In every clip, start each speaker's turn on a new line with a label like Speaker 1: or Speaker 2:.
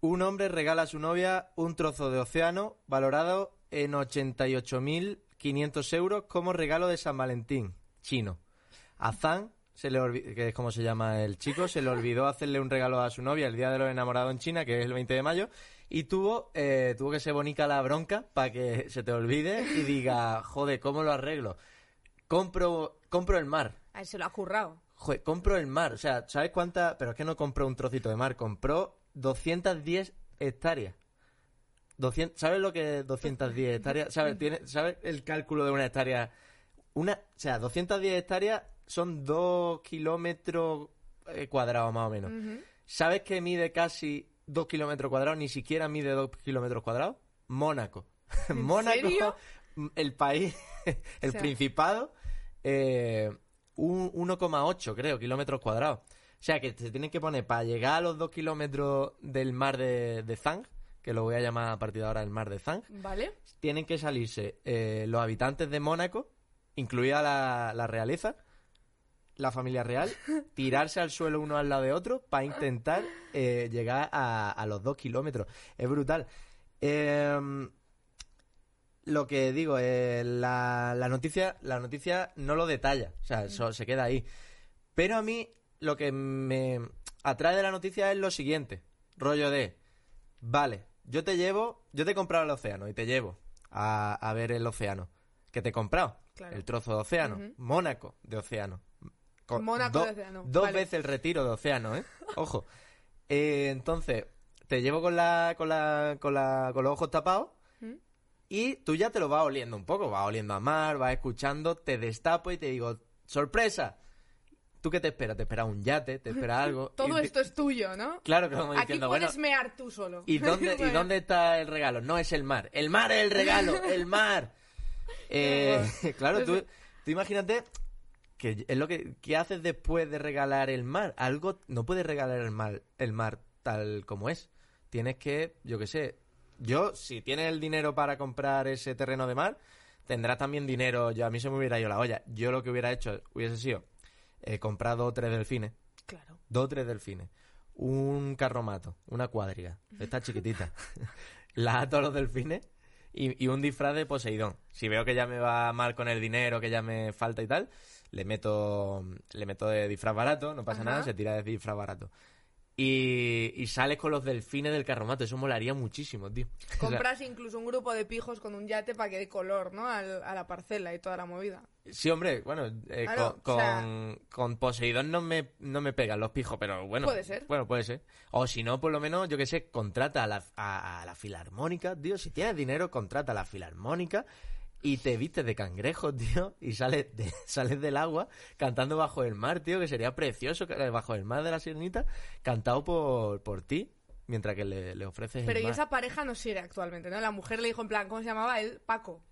Speaker 1: Un hombre regala a su novia un trozo de océano valorado en 88.500 euros como regalo de San Valentín, chino. A Zhang, se le olvi- que es como se llama el chico, se le olvidó hacerle un regalo a su novia el Día de los Enamorados en China, que es el 20 de mayo, y tuvo, eh, tuvo que ser bonita la bronca para que se te olvide y diga, joder, ¿cómo lo arreglo? Compro, compro el mar.
Speaker 2: A ver, se lo ha currado.
Speaker 1: Joder, compro el mar. O sea, ¿sabes cuánta? Pero es que no compró un trocito de mar, compró 210 hectáreas. 200, ¿Sabes lo que es 210 hectáreas? ¿Sabes, tiene, ¿Sabes el cálculo de una hectárea? Una, o sea, 210 hectáreas son 2 kilómetros eh, cuadrados más o menos.
Speaker 2: Mm-hmm.
Speaker 1: ¿Sabes que mide casi 2 kilómetros cuadrados? Ni siquiera mide 2 kilómetros cuadrados. Mónaco. Mónaco,
Speaker 2: serio?
Speaker 1: el país, el
Speaker 2: O sea-
Speaker 1: principado, eh, un 1,8 creo, kilómetros cuadrados. O sea que se tienen que poner para llegar a los 2 kilómetros del mar de, de Zang, que lo voy a llamar a partir de ahora el mar de Zang,
Speaker 2: ¿Vale?
Speaker 1: tienen que salirse eh, los habitantes de Mónaco, incluida la, la realeza, la familia real, tirarse al suelo uno al lado de otro para intentar eh, llegar a, a los dos kilómetros. Es brutal. Eh, lo que digo, eh, la, la noticia, la noticia no lo detalla, o sea, eso se queda ahí. Pero a mí lo que me atrae de la noticia es lo siguiente, rollo de, vale, yo te llevo, yo te he comprado el océano y te llevo a, a ver el océano, que te he comprado,
Speaker 2: Claro.
Speaker 1: el trozo de océano,
Speaker 2: Ujú.
Speaker 1: Mónaco de océano. Con
Speaker 2: Mónaco
Speaker 1: do-
Speaker 2: de océano,
Speaker 1: Dos
Speaker 2: vale.
Speaker 1: veces el retiro de océano, ¿eh? Ojo. Eh, entonces, te llevo con, la, con, la, con, la, con los ojos tapados
Speaker 2: ¿Mm?
Speaker 1: y tú ya te lo vas oliendo un poco, vas oliendo a mar, vas escuchando, te destapo y te digo, sorpresa. ¿Tú qué te esperas? ¿Te esperas un yate? ¿Te esperas algo?
Speaker 2: Todo
Speaker 1: Y te-
Speaker 2: esto es tuyo, ¿no?
Speaker 1: Claro, como
Speaker 2: Aquí
Speaker 1: diciendo, bueno,
Speaker 2: puedes mear tú solo.
Speaker 1: ¿y dónde, ¿y
Speaker 2: Bueno,
Speaker 1: dónde está el regalo? No es el mar. El mar es el regalo, el mar. Eh, claro, tú, tú imagínate que es lo que ¿qué haces después de regalar el mar. Algo no puedes regalar el mar, el mar tal como es. Tienes que, yo qué sé, yo si tienes el dinero para comprar ese terreno de mar, tendrás también dinero. Yo a mí se me hubiera ido la olla. Yo lo que hubiera hecho hubiese sido eh, comprado tres delfines
Speaker 2: Claro.
Speaker 1: dos o tres delfines, un carromato, una cuadriga, esta chiquitita, la ato a los delfines y, y un disfraz de Poseidón. Si veo que ya me va mal con el dinero, que ya me falta y tal, le meto, le meto de disfraz barato, no pasa
Speaker 2: Ajá.
Speaker 1: nada, se tira de disfraz barato. Y, y sales con los delfines del carromato, eso molaría muchísimo, tío. O sea,
Speaker 2: Compras incluso un grupo de pijos con un yate para que dé color, ¿no? Al- a la parcela y toda la movida.
Speaker 1: sí, hombre, bueno, eh,
Speaker 2: Claro,
Speaker 1: con,
Speaker 2: o sea-
Speaker 1: con- con Poseidón no me, no me pegan los pijos, pero bueno.
Speaker 2: Puede ser.
Speaker 1: Bueno, puede ser. O si no, por lo menos, yo que sé, contrata a la, a- a la filarmónica, tío. Si tienes dinero, contrata a la filarmónica y te vistes de cangrejo, tío, y sales, de- sales del agua cantando bajo el mar, tío, que sería precioso, que- bajo el mar de la sirenita, cantado por, por ti, mientras que le, le ofreces
Speaker 2: Pero
Speaker 1: el
Speaker 2: y
Speaker 1: mar.
Speaker 2: esa pareja no sigue actualmente, ¿no? La mujer le dijo en plan, ¿cómo se llamaba? El Paco.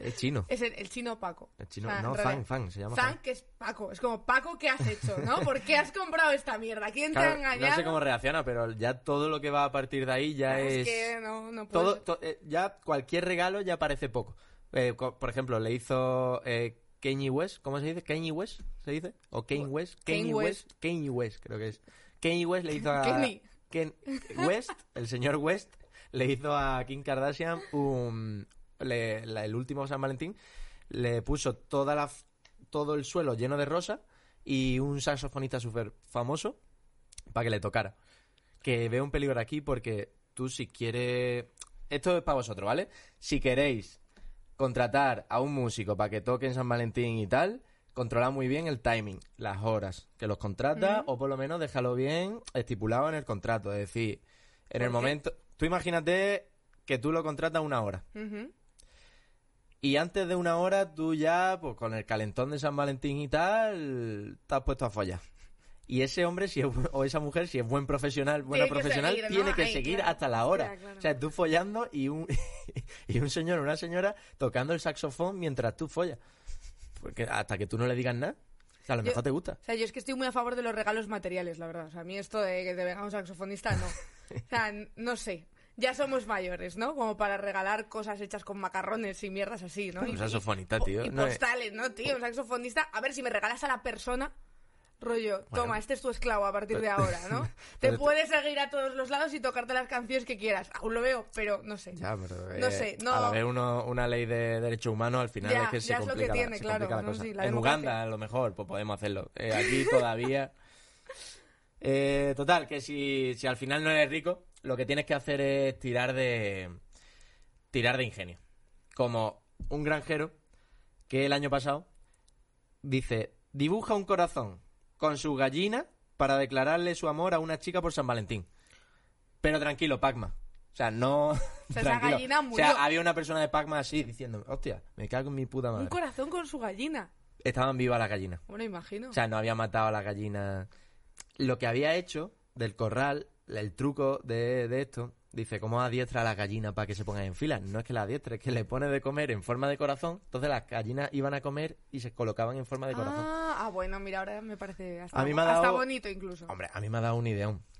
Speaker 1: Es chino.
Speaker 2: Es el, el chino Paco.
Speaker 1: Es chino.
Speaker 2: Eh, O sea,
Speaker 1: no,
Speaker 2: en realidad-
Speaker 1: Fang, Fang, se llama
Speaker 2: Zan, que es Paco. Es como, Paco, ¿qué has hecho, no? ¿Por qué has comprado esta mierda? ¿Quién te ha
Speaker 1: Claro,
Speaker 2: engañado?
Speaker 1: no sé cómo reacciona, pero ya todo lo que va a partir de ahí ya
Speaker 2: es,
Speaker 1: es...
Speaker 2: que pues, no, no puedo.
Speaker 1: todo, to- eh, ya cualquier regalo ya parece poco. Eh, co- por ejemplo, le hizo eh, Kanye West, ¿cómo se dice? Kanye West, ¿se dice? ¿O Kanye West?
Speaker 2: Pues, Kanye
Speaker 1: Kanye West, Kanye West, creo que es. Kanye West le hizo a...
Speaker 2: Kenny.
Speaker 1: Ken- West, el señor West, le hizo a Kim Kardashian un... le- la- el último San Valentín, le puso toda la, f- todo el suelo lleno de rosa y un saxofonista súper famoso para que le tocara. Que veo un peligro aquí porque tú si quieres... Esto es para vosotros, ¿vale? Si queréis contratar a un músico para que toque en San Valentín y tal, controla muy bien el timing, las horas que los contrata o por lo menos déjalo bien estipulado en el contrato. Es decir, en el
Speaker 2: Porque-
Speaker 1: momento... Tú imagínate que tú lo contratas una hora.
Speaker 2: Ujú.
Speaker 1: Y antes de una hora tú ya, pues con el calentón de San Valentín y tal, te has puesto a follar. Y ese hombre si es bu- o esa mujer, si es buen profesional, buena
Speaker 2: Tiene que
Speaker 1: profesional,
Speaker 2: seguir, ¿no?
Speaker 1: tiene que
Speaker 2: Ahí,
Speaker 1: seguir
Speaker 2: claro.
Speaker 1: hasta la hora.
Speaker 2: Ya, claro.
Speaker 1: O sea, tú follando y un, y un señor o una señora tocando el saxofón mientras tú follas. Porque hasta que tú no le digas nada, a lo
Speaker 2: Yo-
Speaker 1: mejor te gusta.
Speaker 2: O sea, yo es que estoy muy a favor de los regalos materiales, la verdad. O sea, a mí esto de que te venga un saxofonista, no. O sea, n- no sé. Ya somos mayores, ¿no? Como para regalar cosas hechas con macarrones y mierdas así, ¿no?
Speaker 1: Pues Un
Speaker 2: Y-
Speaker 1: saxofonista,
Speaker 2: y-
Speaker 1: tío.
Speaker 2: Y
Speaker 1: No es-
Speaker 2: postales, ¿no, tío? Un saxofonista. A ver, si me regalas a la persona, Rollo, toma, este es tu esclavo a partir de ahora, ¿no? Te
Speaker 1: pero-
Speaker 2: puedes seguir a todos los lados y tocarte las canciones que quieras. Aún lo veo, pero no sé.
Speaker 1: Ya, pero, eh,
Speaker 2: No sé, no-
Speaker 1: Al haber uno- una ley de derechos humanos, al final
Speaker 2: Ya,
Speaker 1: es que se
Speaker 2: ya es lo que
Speaker 1: complica la-
Speaker 2: tiene,
Speaker 1: se
Speaker 2: claro,
Speaker 1: complica la
Speaker 2: no sé,
Speaker 1: cosa.
Speaker 2: la
Speaker 1: en
Speaker 2: democracia.
Speaker 1: Uganda, a lo mejor, pues podemos hacerlo. Eh, aquí todavía. Eh, total, que si, si al final no eres rico, lo que tienes que hacer es tirar de. tirar de ingenio. Como un granjero que el año pasado dice: dibuja un corazón con su gallina para declararle su amor a una chica por San Valentín. Pero tranquilo, Pacma. O sea, no.
Speaker 2: sea, esa
Speaker 1: tranquilo.
Speaker 2: gallina
Speaker 1: O sea,
Speaker 2: murió.
Speaker 1: había una persona de Pacma así diciéndome, hostia, me cago en mi puta
Speaker 2: Un
Speaker 1: madre.
Speaker 2: corazón con su gallina.
Speaker 1: Estaban vivas las gallinas.
Speaker 2: Bueno, imagino.
Speaker 1: O sea, no había matado a las gallinas. Lo que había hecho del corral, el truco de, de esto, dice, ¿cómo adiestra a las gallinas para que se pongan en fila? No es que las adiestre, es que le pone de comer en forma de corazón. Entonces las gallinas iban a comer y se colocaban en forma de corazón.
Speaker 2: ah, ah, bueno, mira, ahora me parece hasta,
Speaker 1: A mí me ha
Speaker 2: hasta
Speaker 1: dado-
Speaker 2: bonito incluso.
Speaker 1: Hombre, a mí me ha dado un ideón.
Speaker 2: Ah.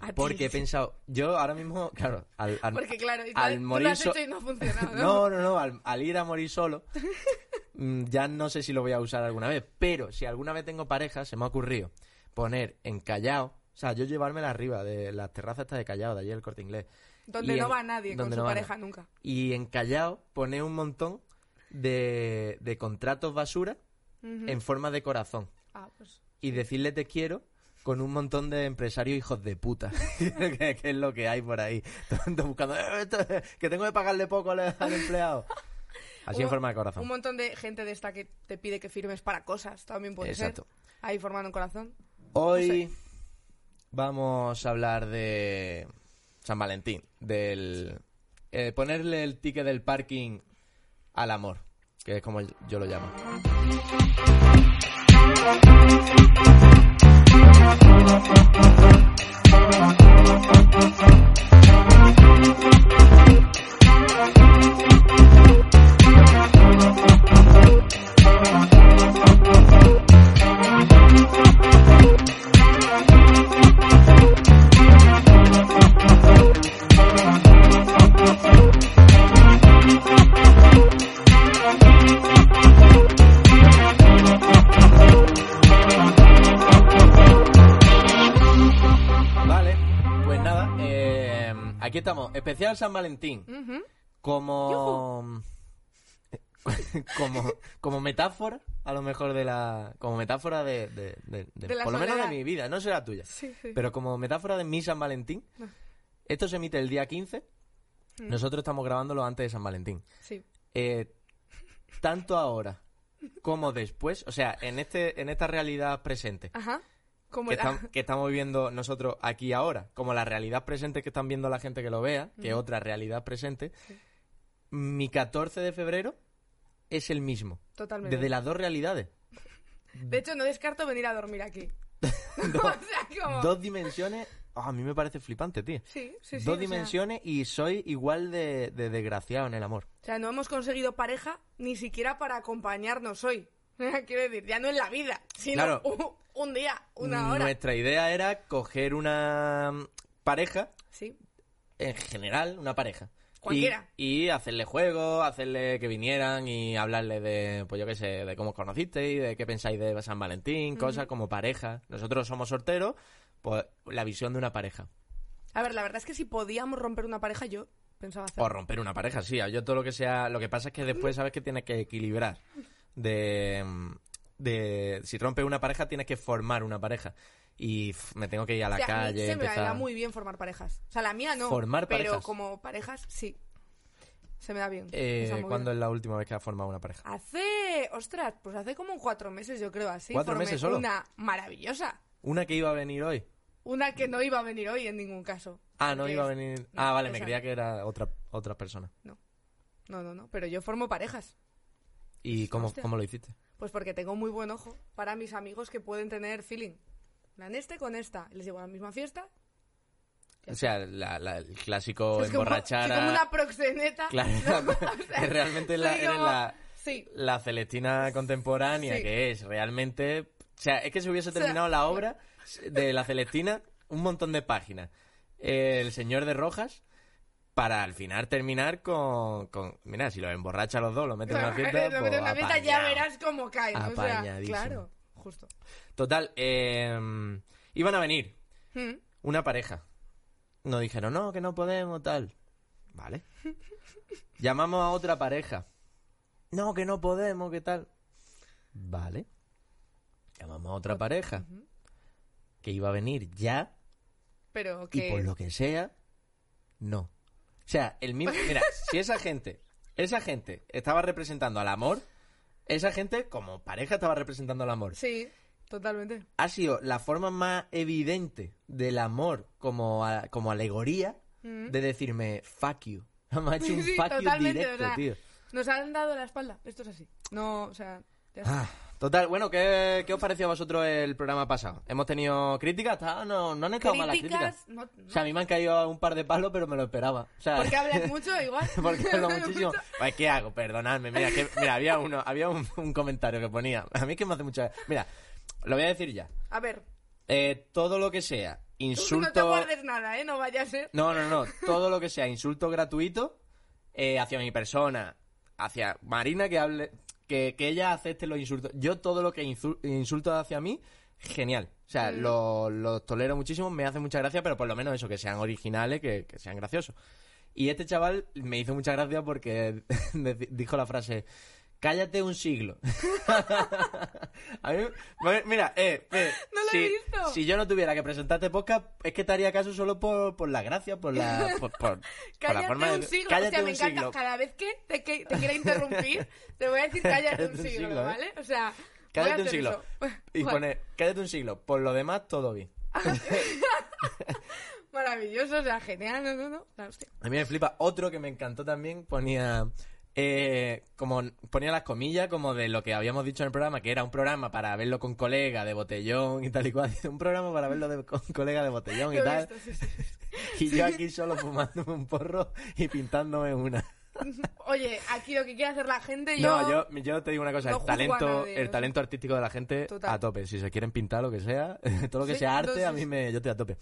Speaker 2: A ti.
Speaker 1: Porque he pensado, yo ahora mismo, claro, al, al-
Speaker 2: Porque claro, y tú,
Speaker 1: al
Speaker 2: tú
Speaker 1: morir
Speaker 2: lo has
Speaker 1: so-
Speaker 2: hecho y no ha funcionado, ¿no?
Speaker 1: No, no, no, al, al ir a morir solo, mm, ya no sé si lo voy a usar alguna vez, pero si alguna vez tengo pareja, se me ha ocurrido poner en Callao, o sea, yo llevármela arriba de las terrazas estas de Callao, de allí el corte inglés.
Speaker 2: donde
Speaker 1: y
Speaker 2: no
Speaker 1: en-
Speaker 2: va nadie con
Speaker 1: donde
Speaker 2: su
Speaker 1: no va
Speaker 2: pareja nunca.
Speaker 1: Y en Callao poner un montón de, de contratos basura
Speaker 2: Ujú.
Speaker 1: en forma de corazón
Speaker 2: Ah, pues.
Speaker 1: y decirle te quiero con un montón de empresarios hijos de puta, que, que es lo que hay por ahí. Todo el mundo buscando, "Eh, esto, eh, que tengo que pagarle poco al, al empleado. Así en
Speaker 2: Un-
Speaker 1: forma de corazón.
Speaker 2: Un montón de gente de esta que te pide que firmes para cosas, también puede
Speaker 1: Exacto.
Speaker 2: ser. Ahí formando un corazón.
Speaker 1: Hoy vamos a hablar de San Valentín, del eh, ponerle el ticket del parking al amor, que es como yo lo llamo. Vale, pues nada, eh, aquí estamos, especial San Valentín,
Speaker 2: Ujú.
Speaker 1: como como como metáfora, a lo mejor de la como metáfora de, de- de- de-
Speaker 2: De la
Speaker 1: por lo menos de
Speaker 2: soledad.
Speaker 1: mi vida, no será tuya.
Speaker 2: Sí, sí.
Speaker 1: Pero como metáfora de mi San Valentín,
Speaker 2: Ah.
Speaker 1: esto se emite el día 15.
Speaker 2: Mm.
Speaker 1: Nosotros estamos grabándolo antes de San Valentín.
Speaker 2: Sí.
Speaker 1: Eh, tanto ahora como después, o sea, en, este, en esta realidad presente
Speaker 2: Ajá. ¿Cómo
Speaker 1: que,
Speaker 2: era?
Speaker 1: estam- que estamos viviendo nosotros aquí ahora, como la realidad presente que están viendo la gente que lo vea, que es otra realidad presente, mi 14 de febrero es el mismo.
Speaker 2: Totalmente.
Speaker 1: Desde las dos realidades.
Speaker 2: De hecho, no descarto venir a dormir aquí. o sea, como...
Speaker 1: Dos dimensiones. Ah, a mí me parece flipante, tío.
Speaker 2: Sí, Oh. sí, sí. o
Speaker 1: dos
Speaker 2: sea-
Speaker 1: dimensiones y soy igual de, de desgraciado en el amor.
Speaker 2: O sea, no hemos conseguido pareja ni siquiera para acompañarnos hoy. Quiero decir, ya no en la vida, sino
Speaker 1: Claro.
Speaker 2: un, un día, una hora.
Speaker 1: Nuestra idea era coger una mm, pareja,
Speaker 2: Sí,
Speaker 1: en general, una pareja. Y-
Speaker 2: Cualquiera.
Speaker 1: Y, hacerle juegos, hacerle que vinieran y hablarle de, pues yo qué sé, de cómo os conocisteis, de qué pensáis de San Valentín, cosas como pareja. Nosotros somos solteros, pues la visión de una pareja.
Speaker 2: A ver, la verdad es que si podíamos romper una pareja, yo pensaba hacer.
Speaker 1: O romper una pareja, sí. Yo todo lo que sea. Lo que pasa es que después sabes que tienes que equilibrar. De. de si rompes una pareja, tienes que formar una pareja. Y pff, me tengo que ir a la
Speaker 2: O sea, a mí
Speaker 1: calle.
Speaker 2: se me da
Speaker 1: empezar-
Speaker 2: muy bien formar parejas. O sea, la mía no.
Speaker 1: Formar
Speaker 2: pero
Speaker 1: parejas.
Speaker 2: como parejas, sí. Se me da bien.
Speaker 1: Eh,
Speaker 2: esa movida.
Speaker 1: ¿Cuándo es la última vez que has formado una pareja?
Speaker 2: Hace, ostras, pues hace como cuatro meses, yo creo, así.
Speaker 1: ¿Cuatro
Speaker 2: formé
Speaker 1: meses solo?
Speaker 2: Una maravillosa.
Speaker 1: Una que iba a venir hoy.
Speaker 2: Una que no iba a venir hoy en ningún caso.
Speaker 1: Ah, no
Speaker 2: Porque
Speaker 1: iba a
Speaker 2: es-
Speaker 1: venir.
Speaker 2: no,
Speaker 1: ah, vale, me
Speaker 2: esa.
Speaker 1: creía que era otra, otra persona.
Speaker 2: No, no, no. Pero yo formo parejas.
Speaker 1: ¿Y cómo,
Speaker 2: Hostia.
Speaker 1: cómo lo hiciste?
Speaker 2: Pues porque tengo muy buen ojo para mis amigos que pueden tener feeling. Plan este con esta. Les llevo a la misma fiesta. Ya
Speaker 1: O sea, la- la- el clásico
Speaker 2: Es como,
Speaker 1: emborrachar.
Speaker 2: soy
Speaker 1: a-
Speaker 2: como una proxeneta.
Speaker 1: Claro, que realmente la-
Speaker 2: soy
Speaker 1: eres
Speaker 2: como-
Speaker 1: la,
Speaker 2: Sí.
Speaker 1: la Celestina contemporánea,
Speaker 2: Sí.
Speaker 1: que es realmente. O sea, es que se hubiese
Speaker 2: sea,
Speaker 1: terminado la obra de la Celestina un montón de páginas. Eh, El Señor de Rojas. Para al final terminar con, con- Mira, si los emborracha a los dos, los mete en una fiesta.
Speaker 2: Lo
Speaker 1: pues,
Speaker 2: meto en una fiesta, ya
Speaker 1: apañado.
Speaker 2: verás cómo cae. ¿no? O sea,
Speaker 1: Apañadísimo.
Speaker 2: claro. justo.
Speaker 1: Total, eh, iban a venir
Speaker 2: Mm.
Speaker 1: una pareja. Nos dijeron, no, que no podemos, tal. Vale. Llamamos a otra pareja. No, que no podemos, que tal. Vale. Llamamos a otra pareja
Speaker 2: Ujú.
Speaker 1: que iba a venir ya
Speaker 2: Pero
Speaker 1: y
Speaker 2: que...
Speaker 1: por lo que sea, no. O sea, el mismo... Mira, si esa gente, esa gente estaba representando al amor, esa gente como pareja estaba representando al amor.
Speaker 2: Sí, totalmente.
Speaker 1: ha sido la forma más evidente del amor como, a- como alegoría
Speaker 2: Mm.
Speaker 1: de decirme fuck you. Me ha hecho un
Speaker 2: Sí,
Speaker 1: fuck you
Speaker 2: totalmente,
Speaker 1: directo,
Speaker 2: o sea,
Speaker 1: tío.
Speaker 2: Nos han dado la espalda. Esto es así. No, o sea... ya está.
Speaker 1: Ah, Total, bueno, ¿qué, qué os pareció a vosotros el programa pasado? ¿Hemos tenido críticas? Ah, No, no han estado malas críticas.
Speaker 2: no- no.
Speaker 1: O sea, a mí me han caído un par de palos, pero me lo esperaba. O sea,
Speaker 2: Porque hablas mucho igual.
Speaker 1: porque hablo
Speaker 2: Hablas
Speaker 1: muchísimo.
Speaker 2: mucho.
Speaker 1: Pues, ¿qué hago? Perdonadme. Mira, que, mira había, uno, había un, un comentario que ponía. A mí que me hace mucha... Mira, lo voy a decir ya.
Speaker 2: A ver,
Speaker 1: Eh, todo lo que sea, insulto...
Speaker 2: no te guardes nada, ¿eh? No vaya a ser...
Speaker 1: No, no, no. Todo lo que sea insulto gratuito eh, hacia mi persona, hacia Marina que hable, que, que ella acepte los insultos. Yo todo lo que insu- insulto hacia mí, genial. O sea,
Speaker 2: Mm.
Speaker 1: lo, lo tolero muchísimo, me hace mucha gracia, pero por lo menos eso, que sean originales, que, que sean graciosos. Y este chaval me hizo mucha gracia porque deci- dijo la frase, cállate un siglo. A mí- bueno, mira, eh, eh,
Speaker 2: No lo
Speaker 1: si,
Speaker 2: he visto.
Speaker 1: si yo no tuviera que presentarte podcast, es que te haría caso solo por, por la gracia, por la, por, por- por la
Speaker 2: Cállate
Speaker 1: forma de-
Speaker 2: un siglo.
Speaker 1: Cállate
Speaker 2: o sea, me
Speaker 1: un
Speaker 2: encanta.
Speaker 1: siglo.
Speaker 2: Cada vez que te, que- te quiera interrumpir, te voy a decir cállate, un siglo,
Speaker 1: ¿eh?
Speaker 2: ¿vale? O sea, voy
Speaker 1: Cállate
Speaker 2: a
Speaker 1: un
Speaker 2: hacer
Speaker 1: siglo.
Speaker 2: eso.
Speaker 1: Y
Speaker 2: Bueno,
Speaker 1: pone, cállate un siglo. Por lo demás, todo bien.
Speaker 2: Maravilloso, o sea, genial. No, no, no. La hostia.
Speaker 1: A mí me flipa. Otro que me encantó también ponía. eh, como ponía las comillas como de lo que habíamos dicho en el programa que era un programa para verlo con colega de botellón y tal y cual un programa para verlo de- con colega de botellón y
Speaker 2: Lo he
Speaker 1: tal
Speaker 2: visto, sí, sí, sí.
Speaker 1: y yo aquí solo fumándome un porro y pintándome una
Speaker 2: Oye, aquí lo que quiere hacer la gente, yo.
Speaker 1: No, yo, yo te digo una cosa,
Speaker 2: no
Speaker 1: el
Speaker 2: juzgo a
Speaker 1: talento,
Speaker 2: nadie, o
Speaker 1: el
Speaker 2: sea.
Speaker 1: talento artístico de la gente
Speaker 2: Total.
Speaker 1: a tope. Si se quieren pintar lo que sea, todo lo que
Speaker 2: Sí,
Speaker 1: sea
Speaker 2: no,
Speaker 1: arte,
Speaker 2: sí,
Speaker 1: a mí
Speaker 2: sí. Mm.
Speaker 1: me, yo estoy a tope.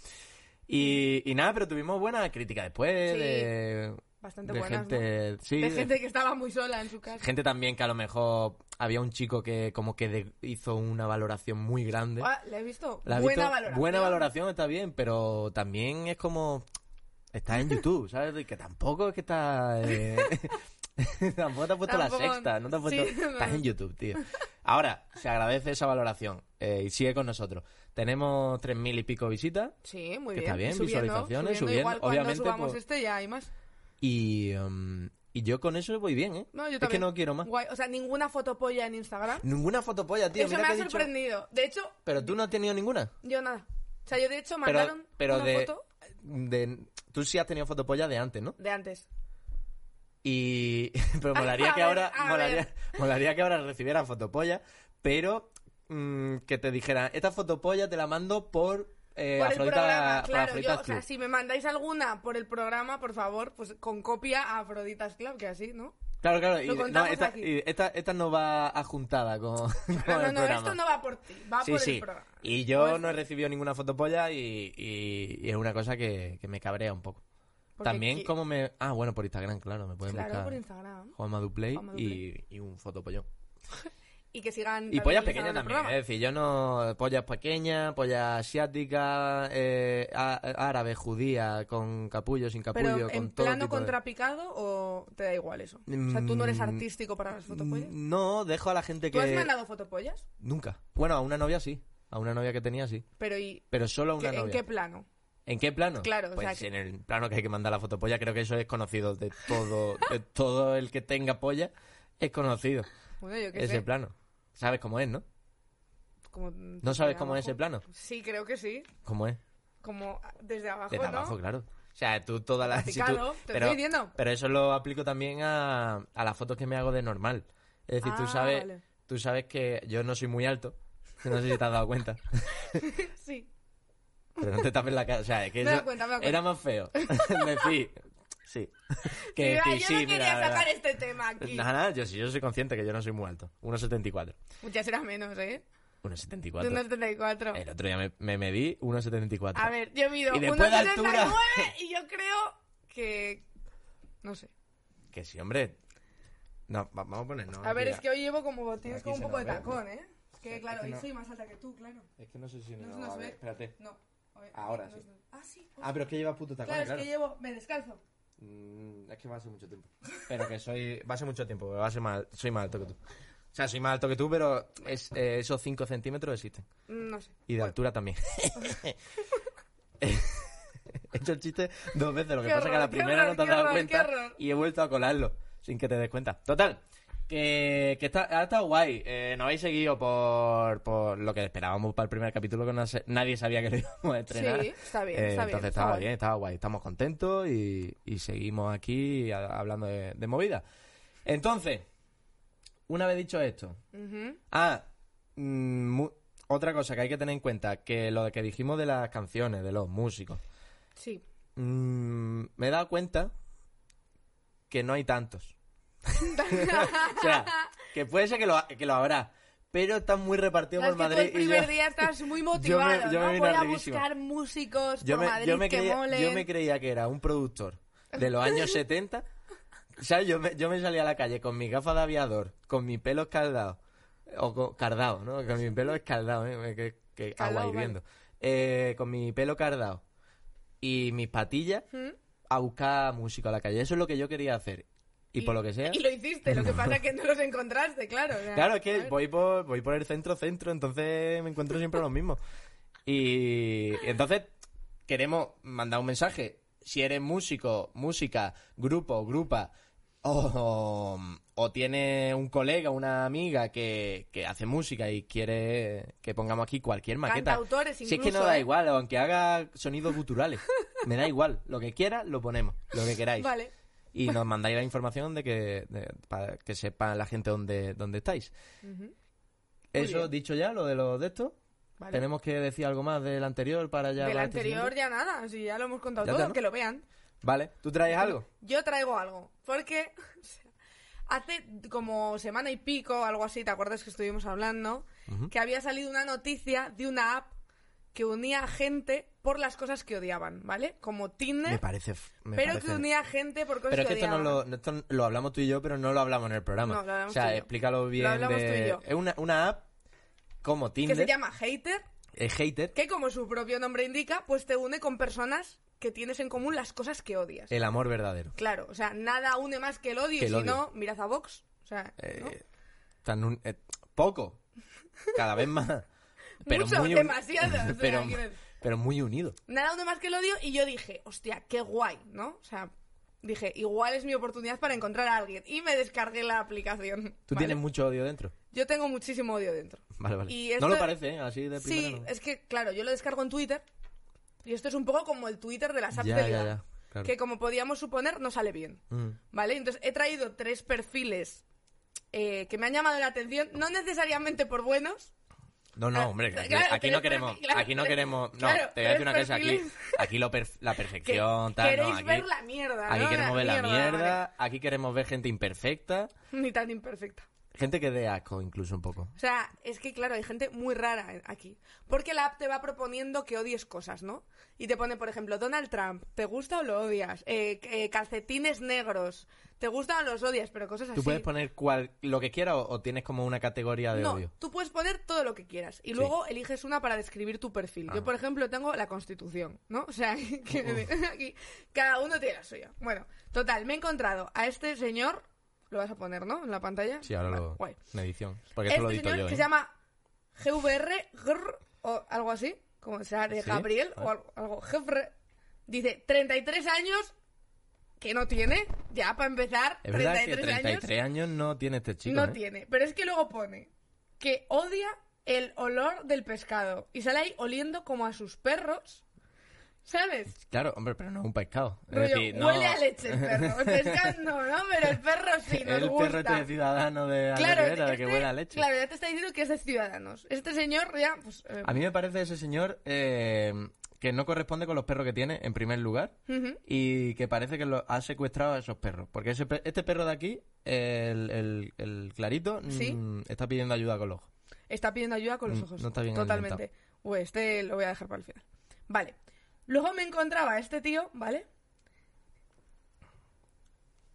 Speaker 1: Y, y nada, pero tuvimos buena crítica después
Speaker 2: Sí,
Speaker 1: de,
Speaker 2: Bastante
Speaker 1: de
Speaker 2: buenas. ¿no?
Speaker 1: gente, sí,
Speaker 2: De
Speaker 1: de-
Speaker 2: gente que estaba muy sola en su casa.
Speaker 1: gente también que a lo mejor había un chico que como que de- hizo una valoración muy grande.
Speaker 2: Ah, ¿La he visto?
Speaker 1: La has
Speaker 2: buena
Speaker 1: visto,
Speaker 2: valoración.
Speaker 1: Buena valoración está bien, pero también es como está en YouTube, ¿sabes? De Que tampoco es que está eh, tampoco te has puesto la
Speaker 2: Tampoco-
Speaker 1: sexta, no te has puesto
Speaker 2: sí, no.
Speaker 1: estás en YouTube, tío. Ahora, se agradece esa valoración eh, y sigue con nosotros. Tenemos tres mil y pico visitas
Speaker 2: Sí, muy
Speaker 1: Que
Speaker 2: bien.
Speaker 1: está bien,
Speaker 2: Y subiendo,
Speaker 1: visualizaciones,
Speaker 2: subiendo.
Speaker 1: subiendo,
Speaker 2: Igual cuando
Speaker 1: obviamente,
Speaker 2: subamos
Speaker 1: pues-
Speaker 2: este ya hay más.
Speaker 1: y, um, y yo con eso voy bien, ¿eh?
Speaker 2: No,
Speaker 1: es
Speaker 2: yo
Speaker 1: que
Speaker 2: también.
Speaker 1: no quiero más.
Speaker 2: Guay. O sea, ninguna fotopolla en Instagram.
Speaker 1: Ninguna fotopolla, tío.
Speaker 2: Eso
Speaker 1: mira
Speaker 2: me
Speaker 1: que
Speaker 2: ha
Speaker 1: he dicho-
Speaker 2: sorprendido. De hecho,
Speaker 1: Pero tú no has tenido ninguna.
Speaker 2: yo nada. O sea, yo de hecho
Speaker 1: Pero,
Speaker 2: mandaron
Speaker 1: pero
Speaker 2: una
Speaker 1: de,
Speaker 2: foto
Speaker 1: de- Tú sí has tenido fotopolla de antes, ¿no?
Speaker 2: de antes.
Speaker 1: Y. Pero
Speaker 2: A
Speaker 1: molaría
Speaker 2: ver,
Speaker 1: que ahora.
Speaker 2: a
Speaker 1: Molaría,
Speaker 2: ver.
Speaker 1: molaría que ahora recibieran fotopolla, pero mm, que te dijeran, esta fotopolla te la mando por. Eh,
Speaker 2: por el
Speaker 1: Afrodita-
Speaker 2: programa,
Speaker 1: por
Speaker 2: claro. Yo,
Speaker 1: Afrodita
Speaker 2: o sea,
Speaker 1: Club.
Speaker 2: si me mandáis alguna por el programa, por favor, pues con copia a Afroditas Club, que así, ¿no?
Speaker 1: Claro, claro. y-
Speaker 2: lo
Speaker 1: no,
Speaker 2: contamos
Speaker 1: esta,
Speaker 2: aquí.
Speaker 1: y esta, esta no va adjuntada con, con
Speaker 2: No, no,
Speaker 1: el
Speaker 2: no,
Speaker 1: programa.
Speaker 2: esto no va por ti, va
Speaker 1: sí,
Speaker 2: por
Speaker 1: sí.
Speaker 2: el programa.
Speaker 1: Y yo
Speaker 2: Pues-
Speaker 1: no he recibido ninguna fotopolla y, y- y es una cosa que, que me cabrea un poco.
Speaker 2: Porque
Speaker 1: También
Speaker 2: qui-
Speaker 1: como me... Ah, bueno, por Instagram, claro. Me pueden
Speaker 2: Claro,
Speaker 1: buscar
Speaker 2: por Instagram.
Speaker 1: Juanma Duplay
Speaker 2: Juanma
Speaker 1: y, y un fotopollón.
Speaker 2: Y que
Speaker 1: Y
Speaker 2: sigan. también
Speaker 1: pollas
Speaker 2: el
Speaker 1: pequeñas
Speaker 2: Instagram del
Speaker 1: también, eh,
Speaker 2: programa.
Speaker 1: es decir, yo no... Pollas pequeñas, pollas asiáticas, eh, á- árabe, judía, con capullo, sin capullo,
Speaker 2: Pero
Speaker 1: con
Speaker 2: en
Speaker 1: todo
Speaker 2: plano
Speaker 1: tipo de-
Speaker 2: contrapicado o te da igual eso. O sea, tú no eres
Speaker 1: Mm,
Speaker 2: artístico para las fotopollas.
Speaker 1: No, dejo a la gente
Speaker 2: ¿Tú has
Speaker 1: que...
Speaker 2: mandado fotopollas?
Speaker 1: Nunca. Bueno, a una novia sí. A una novia que tenía sí.
Speaker 2: Pero ¿y
Speaker 1: Pero solo a
Speaker 2: qué-
Speaker 1: una
Speaker 2: en
Speaker 1: novia.
Speaker 2: qué plano?
Speaker 1: ¿En qué plano?
Speaker 2: Claro, o
Speaker 1: pues
Speaker 2: sea que-
Speaker 1: en el plano que hay que mandar la fotopolla, creo que eso es conocido de todo, de todo el que tenga polla es conocido
Speaker 2: Bueno, yo qué
Speaker 1: ese
Speaker 2: sé.
Speaker 1: plano. ¿Sabes cómo es, no?
Speaker 2: como-
Speaker 1: ¿No sabes
Speaker 2: desde
Speaker 1: cómo es
Speaker 2: abajo.
Speaker 1: ese plano?
Speaker 2: Sí, creo que sí.
Speaker 1: ¿Cómo es?
Speaker 2: Como desde abajo,
Speaker 1: Desde
Speaker 2: ¿no?
Speaker 1: abajo, claro. O sea, tú toda la... si tú-
Speaker 2: Picado, te
Speaker 1: pero,
Speaker 2: estoy diciendo.
Speaker 1: pero eso lo aplico también a, a las fotos que me hago de normal. Es decir, tú
Speaker 2: Ah,
Speaker 1: sabes
Speaker 2: vale.
Speaker 1: tú sabes que yo no soy muy alto. No sé si te has dado cuenta.
Speaker 2: Sí.
Speaker 1: Pero no te tapes la cara. O sea, es que
Speaker 2: Me he dado
Speaker 1: eso
Speaker 2: cuenta, me he dado
Speaker 1: era más feo. Decir, sí. Que
Speaker 2: Mira,
Speaker 1: decir,
Speaker 2: yo
Speaker 1: sí,
Speaker 2: no
Speaker 1: mira, la
Speaker 2: quería sacar
Speaker 1: verdad.
Speaker 2: este tema aquí.
Speaker 1: Nada, nada, yo, sí, yo soy consciente que yo no soy muy alto. 1,74.
Speaker 2: Ya será menos, ¿eh? De
Speaker 1: 1,74.
Speaker 2: 1,74.
Speaker 1: El otro día me, me medí 1,74.
Speaker 2: A ver, yo mido
Speaker 1: Y después de altura.
Speaker 2: 1,79 y yo creo que... No sé.
Speaker 1: Que sí, hombre. No, va- vamos a poner, no.
Speaker 2: A ver,
Speaker 1: aquí,
Speaker 2: es que hoy llevo como... Tienes
Speaker 1: Aquí
Speaker 2: como un
Speaker 1: se
Speaker 2: poco de
Speaker 1: nos ve, ¿no?
Speaker 2: tacón, ¿eh? Que
Speaker 1: Es
Speaker 2: claro,
Speaker 1: que
Speaker 2: yo
Speaker 1: no-
Speaker 2: soy más alta que tú, claro.
Speaker 1: Es que no sé si
Speaker 2: No,
Speaker 1: no.
Speaker 2: no
Speaker 1: a
Speaker 2: se
Speaker 1: ver,
Speaker 2: ve.
Speaker 1: espérate.
Speaker 2: No. a ver,
Speaker 1: Ahora
Speaker 2: no
Speaker 1: sí.
Speaker 2: es de- Ah, sí.
Speaker 1: Ah, pero es que llevas puto
Speaker 2: claro,
Speaker 1: tacones,
Speaker 2: es
Speaker 1: claro.
Speaker 2: que llevo. Me descalzo.
Speaker 1: Mm, es que va a ser mucho tiempo. Pero que soy. Va a ser mucho tiempo, va a ser más, soy más alto que tú. O sea, soy más alto que tú, pero es, eh, esos 5 centímetros existen.
Speaker 2: Mm, No sé.
Speaker 1: Y de altura también. he hecho el chiste dos veces, lo que
Speaker 2: Qué
Speaker 1: pasa es que a la
Speaker 2: horror, qué
Speaker 1: primera no te has
Speaker 2: horror,
Speaker 1: dado
Speaker 2: qué
Speaker 1: cuenta
Speaker 2: horror.
Speaker 1: y he vuelto a colarlo sin que te des cuenta. Total, que, que está, ha estado guay. Eh, nos habéis seguido por, por lo que esperábamos para el primer capítulo, que no se- nadie sabía que lo íbamos a estrenar.
Speaker 2: Sí, está bien,
Speaker 1: Eh,
Speaker 2: está bien.
Speaker 1: entonces
Speaker 2: está
Speaker 1: estaba
Speaker 2: guay.
Speaker 1: bien, estaba guay. Estamos contentos y, y seguimos aquí a- hablando de, de movida. Entonces, una vez dicho esto,
Speaker 2: Ujú.
Speaker 1: Ah, mm, mu- otra cosa que hay que tener en cuenta, que lo que dijimos de las canciones, de los músicos.
Speaker 2: Sí.
Speaker 1: Mm, me he dado cuenta que no hay tantos. o sea, que puede ser que lo, ha- que lo habrá, pero están muy repartidos
Speaker 2: Claro,
Speaker 1: por
Speaker 2: es que tú
Speaker 1: Madrid.
Speaker 2: el
Speaker 1: y
Speaker 2: primer
Speaker 1: yo,
Speaker 2: día estás muy
Speaker 1: yo me-
Speaker 2: motivado,
Speaker 1: yo me
Speaker 2: ¿no?
Speaker 1: vine
Speaker 2: Voy a
Speaker 1: arribísimo.
Speaker 2: buscar músicos
Speaker 1: yo
Speaker 2: por
Speaker 1: me,
Speaker 2: Madrid
Speaker 1: yo me
Speaker 2: que
Speaker 1: creía,
Speaker 2: molen.
Speaker 1: yo me creía que era un productor de los años 70. O sea, yo me, yo me salí a la calle con mi gafa de aviador, con mi pelo escaldado. O con, cardado, ¿no? Con mi pelo escaldado, ¿eh? Me- Que, que agua
Speaker 2: Caldado,
Speaker 1: hirviendo. Eh, con mi pelo cardado y mis patillas
Speaker 2: ¿Mm?
Speaker 1: a buscar músico a la calle. Eso es lo que yo quería hacer. Y, por lo que sea.
Speaker 2: Y lo hiciste, lo que pasa es que no los encontraste, claro. o sea,
Speaker 1: Claro, es
Speaker 2: a
Speaker 1: que
Speaker 2: ver.
Speaker 1: voy por, voy por el centro-centro, entonces me encuentro siempre los mismos. Y entonces queremos mandar un mensaje. Si eres músico, música, grupo, grupa, o, o tienes un colega, una amiga que, que hace música y quiere que pongamos aquí cualquier maqueta.
Speaker 2: Cantautores
Speaker 1: si es que no
Speaker 2: incluso,
Speaker 1: da
Speaker 2: ¿eh?
Speaker 1: igual, aunque haga sonidos guturales, me da igual. Lo que quiera, lo ponemos, lo que queráis.
Speaker 2: Vale.
Speaker 1: Y nos mandáis la información de que de- para que sepa la gente dónde, dónde estáis.
Speaker 2: Ujú.
Speaker 1: Eso
Speaker 2: bien.
Speaker 1: dicho ya, lo de los de estos.
Speaker 2: Vale.
Speaker 1: Tenemos que decir algo más del anterior para ya.
Speaker 2: Del
Speaker 1: para este
Speaker 2: anterior
Speaker 1: siguiente.
Speaker 2: ya nada, si ya lo hemos contado
Speaker 1: Ya
Speaker 2: todo,
Speaker 1: está, ¿no?
Speaker 2: que lo vean.
Speaker 1: Vale, ¿tú traes algo?
Speaker 2: Yo traigo algo, porque o sea, hace como semana y pico, algo así, ¿te acuerdas que estuvimos hablando?
Speaker 1: Ujú.
Speaker 2: Que había salido una noticia de una app que unía a gente por las cosas que odiaban, ¿vale? Como Tinder,
Speaker 1: Me parece. f- me
Speaker 2: pero
Speaker 1: parece-
Speaker 2: que unía a gente por cosas
Speaker 1: Pero es que esto, no
Speaker 2: odiaban.
Speaker 1: lo, no- esto lo hablamos tú y yo, pero no lo hablamos en el programa.
Speaker 2: No, lo hablamos
Speaker 1: o sea,
Speaker 2: tú y yo.
Speaker 1: explícalo bien.
Speaker 2: Lo hablamos
Speaker 1: de-
Speaker 2: tú y yo.
Speaker 1: Es una, una app como
Speaker 2: Que
Speaker 1: Tinder,
Speaker 2: se llama Hater,
Speaker 1: es hater,
Speaker 2: que como su propio nombre indica, pues te une con personas que tienes en común las cosas que odias.
Speaker 1: el amor verdadero.
Speaker 2: Claro, o sea, nada une más que el odio,
Speaker 1: Que el
Speaker 2: y si
Speaker 1: odio.
Speaker 2: no, mirad a Vox. O sea,
Speaker 1: Eh,
Speaker 2: ¿no?
Speaker 1: tan un- eh, poco, cada vez más. Pero
Speaker 2: Mucho,
Speaker 1: muy un-
Speaker 2: demasiado. o sea,
Speaker 1: pero,
Speaker 2: quiero decir,
Speaker 1: pero muy unido.
Speaker 2: Nada une más que el odio y yo dije, hostia, qué guay, ¿no? O sea, dije, igual es mi oportunidad para encontrar a alguien. Y me descargué la aplicación.
Speaker 1: Tú
Speaker 2: ¿vale?
Speaker 1: tienes mucho odio dentro.
Speaker 2: Yo tengo muchísimo odio dentro.
Speaker 1: Vale, vale.
Speaker 2: Y
Speaker 1: No lo
Speaker 2: esto-
Speaker 1: parece, ¿eh? Así de primera.
Speaker 2: Sí,
Speaker 1: no.
Speaker 2: es que, claro, yo lo descargo en Twitter. Y esto es un poco como el Twitter de las apps
Speaker 1: Ya,
Speaker 2: de
Speaker 1: ya,
Speaker 2: liga,
Speaker 1: ya, claro.
Speaker 2: Que como podíamos suponer, no sale bien.
Speaker 1: Mm.
Speaker 2: ¿Vale? Entonces he traído tres perfiles eh, que me han llamado la atención, no necesariamente por buenos.
Speaker 1: No, no,
Speaker 2: Ah,
Speaker 1: hombre, que-
Speaker 2: claro,
Speaker 1: aquí
Speaker 2: pero
Speaker 1: no
Speaker 2: es
Speaker 1: queremos,
Speaker 2: perfil, claro,
Speaker 1: aquí no
Speaker 2: pero-
Speaker 1: queremos, no,
Speaker 2: claro,
Speaker 1: te voy a decir
Speaker 2: pero
Speaker 1: una
Speaker 2: es
Speaker 1: cosa, aquí,
Speaker 2: perfiles.
Speaker 1: aquí lo perf- la
Speaker 2: Que
Speaker 1: perfección, tal, no,
Speaker 2: queréis
Speaker 1: aquí,
Speaker 2: ver la mierda,
Speaker 1: aquí
Speaker 2: ¿no?
Speaker 1: queremos ver la
Speaker 2: vale.
Speaker 1: mierda, aquí queremos ver gente imperfecta,
Speaker 2: Ni tan imperfecta.
Speaker 1: gente que dé asco incluso un poco.
Speaker 2: O sea, es que claro, hay gente muy rara en- aquí. Porque la app te va proponiendo que odies cosas, ¿no? Y te pone, por ejemplo, Donald Trump, ¿te gusta o lo odias? Eh, eh, calcetines negros, ¿te gustan o los odias? Pero cosas así.
Speaker 1: Tú puedes poner cual, lo que quieras o, o tienes como una categoría de
Speaker 2: no,
Speaker 1: odio.
Speaker 2: tú puedes poner todo lo que quieras y luego eliges una para describir tu perfil.
Speaker 1: Ah.
Speaker 2: Yo, por ejemplo, tengo la Constitución, ¿no? O sea, que- aquí cada uno tiene la suya. Bueno, total, me he encontrado a este señor, lo vas a poner, ¿no? En la pantalla.
Speaker 1: Sí, ahora
Speaker 2: Vale,
Speaker 1: lo,
Speaker 2: guay.
Speaker 1: en edición, porque
Speaker 2: Este
Speaker 1: eso lo edito
Speaker 2: señor
Speaker 1: yo,
Speaker 2: que
Speaker 1: ¿eh?
Speaker 2: se llama GVR grr, o algo así, como sea de
Speaker 1: ¿Sí?
Speaker 2: Gabriel
Speaker 1: A ver.
Speaker 2: o algo, algo GVR. dice 33 años que no tiene, ya para empezar,
Speaker 1: Es verdad que
Speaker 2: 33 años
Speaker 1: 33 años no tiene este chico,
Speaker 2: no
Speaker 1: ¿eh?
Speaker 2: tiene, pero es que luego pone que odia el olor del pescado y sale ahí oliendo como a sus perros, ¿sabes?
Speaker 1: Claro, hombre, pero no es un pescado. Es
Speaker 2: Rollo,
Speaker 1: decir, no-
Speaker 2: huele a leche el perro, el pescado no, ¿no? Pero el perro sí, nos
Speaker 1: el
Speaker 2: gusta.
Speaker 1: perro este ciudadano de Albert
Speaker 2: Claro,
Speaker 1: Rivera, de que
Speaker 2: este-
Speaker 1: huele a leche.
Speaker 2: Claro, ya te está diciendo que es de Ciudadanos. Este señor ya, pues... eh,
Speaker 1: A mí me parece ese señor eh, que no corresponde con los perros que tiene, en primer lugar,
Speaker 2: ujú.
Speaker 1: y que parece que lo ha secuestrado a esos perros. Porque ese pe- este perro de aquí, el, el- el clarito, mm,
Speaker 2: Sí.
Speaker 1: está pidiendo ayuda con los ojos.
Speaker 2: Está pidiendo ayuda con los
Speaker 1: Mm,
Speaker 2: ojos.
Speaker 1: no está bien
Speaker 2: Totalmente. Uy, este lo voy a dejar para el final. Vale. Luego me encontraba a este tío, ¿vale?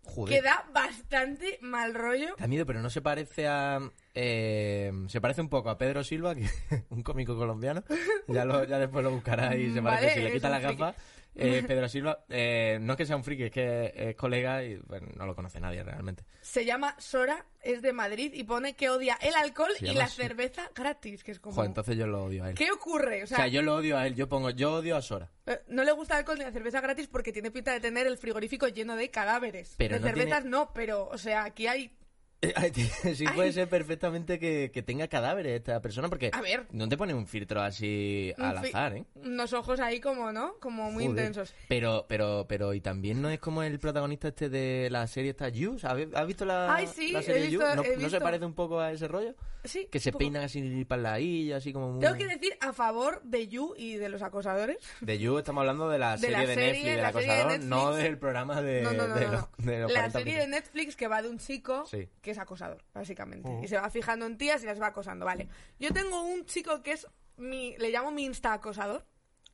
Speaker 1: Joder.
Speaker 2: que da bastante mal rollo.
Speaker 1: Da miedo, pero no se parece a. eh, se parece un poco a Pedro Silva, que un cómico colombiano. Ya, lo- ya después lo buscará y se
Speaker 2: Vale,
Speaker 1: parece. Si le
Speaker 2: eres
Speaker 1: quita la
Speaker 2: un friki.
Speaker 1: gafa. eh, Pedro Silva, eh, no es que sea un friki, es que es colega y bueno, no lo conoce nadie realmente.
Speaker 2: Se llama Sora, es de Madrid y pone que odia el alcohol
Speaker 1: Se
Speaker 2: y
Speaker 1: llama
Speaker 2: la
Speaker 1: así.
Speaker 2: cerveza gratis, que es como...
Speaker 1: Joder, entonces yo lo odio a él.
Speaker 2: ¿Qué ocurre? O
Speaker 1: O
Speaker 2: sea,
Speaker 1: sea, yo lo odio a él. Yo pongo, yo odio a Sora.
Speaker 2: eh, no le gusta el alcohol ni la cerveza gratis porque tiene pinta de tener el frigorífico lleno de cadáveres.
Speaker 1: Pero
Speaker 2: de
Speaker 1: no
Speaker 2: cervezas
Speaker 1: tiene-
Speaker 2: no, pero, o sea, aquí hay...
Speaker 1: Eh, ay, tío, sí
Speaker 2: Ay.
Speaker 1: puede ser perfectamente que, que tenga cadáveres esta persona, porque
Speaker 2: A ver.
Speaker 1: no te pone un filtro así
Speaker 2: un
Speaker 1: al
Speaker 2: fi-
Speaker 1: azar, ¿eh?
Speaker 2: Unos ojos ahí como, ¿no? Como muy
Speaker 1: Joder.
Speaker 2: intensos.
Speaker 1: Pero, pero, pero, y también no es como el protagonista este de la serie esta You. ¿Sabes? ¿Has visto la,
Speaker 2: Ay, sí,
Speaker 1: la serie
Speaker 2: he visto-
Speaker 1: You? ¿No,
Speaker 2: he
Speaker 1: no se
Speaker 2: visto.
Speaker 1: parece un poco a ese rollo?
Speaker 2: Sí.
Speaker 1: Que se
Speaker 2: un poco.
Speaker 1: peinan así para la isla, así como muy...
Speaker 2: Tengo que decir a favor de Yu y de los acosadores.
Speaker 1: De You estamos hablando de la
Speaker 2: De
Speaker 1: serie
Speaker 2: la
Speaker 1: de
Speaker 2: serie,
Speaker 1: Netflix, del
Speaker 2: la serie de
Speaker 1: acosador, no
Speaker 2: Netflix.
Speaker 1: del programa de,
Speaker 2: no, no, no,
Speaker 1: de
Speaker 2: no,
Speaker 1: los,
Speaker 2: no.
Speaker 1: de los
Speaker 2: La
Speaker 1: 40
Speaker 2: serie de Netflix que va de un chico
Speaker 1: Sí.
Speaker 2: que es acosador, básicamente.
Speaker 1: Ujú.
Speaker 2: Y se va fijando en tías y las va acosando, vale. Yo tengo un chico que es mi, le llamo mi insta acosador.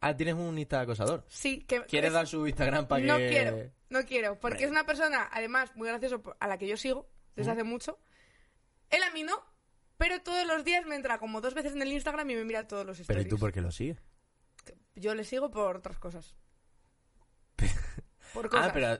Speaker 1: Ah, tienes un Insta acosador.
Speaker 2: Sí, que
Speaker 1: ¿Quieres
Speaker 2: es-
Speaker 1: dar su Instagram para
Speaker 2: No
Speaker 1: que...?
Speaker 2: quiero, no quiero, porque
Speaker 1: Hombre.
Speaker 2: es una persona, además, muy gracioso, por- a la que yo sigo desde hace mucho. Él a mí no, pero todos los días me entra como dos veces en el Instagram y me mira todos los
Speaker 1: Pero
Speaker 2: stories.
Speaker 1: ¿y tú por qué lo sigues?
Speaker 2: Yo le sigo por otras cosas. por cosas.
Speaker 1: Ah, pero,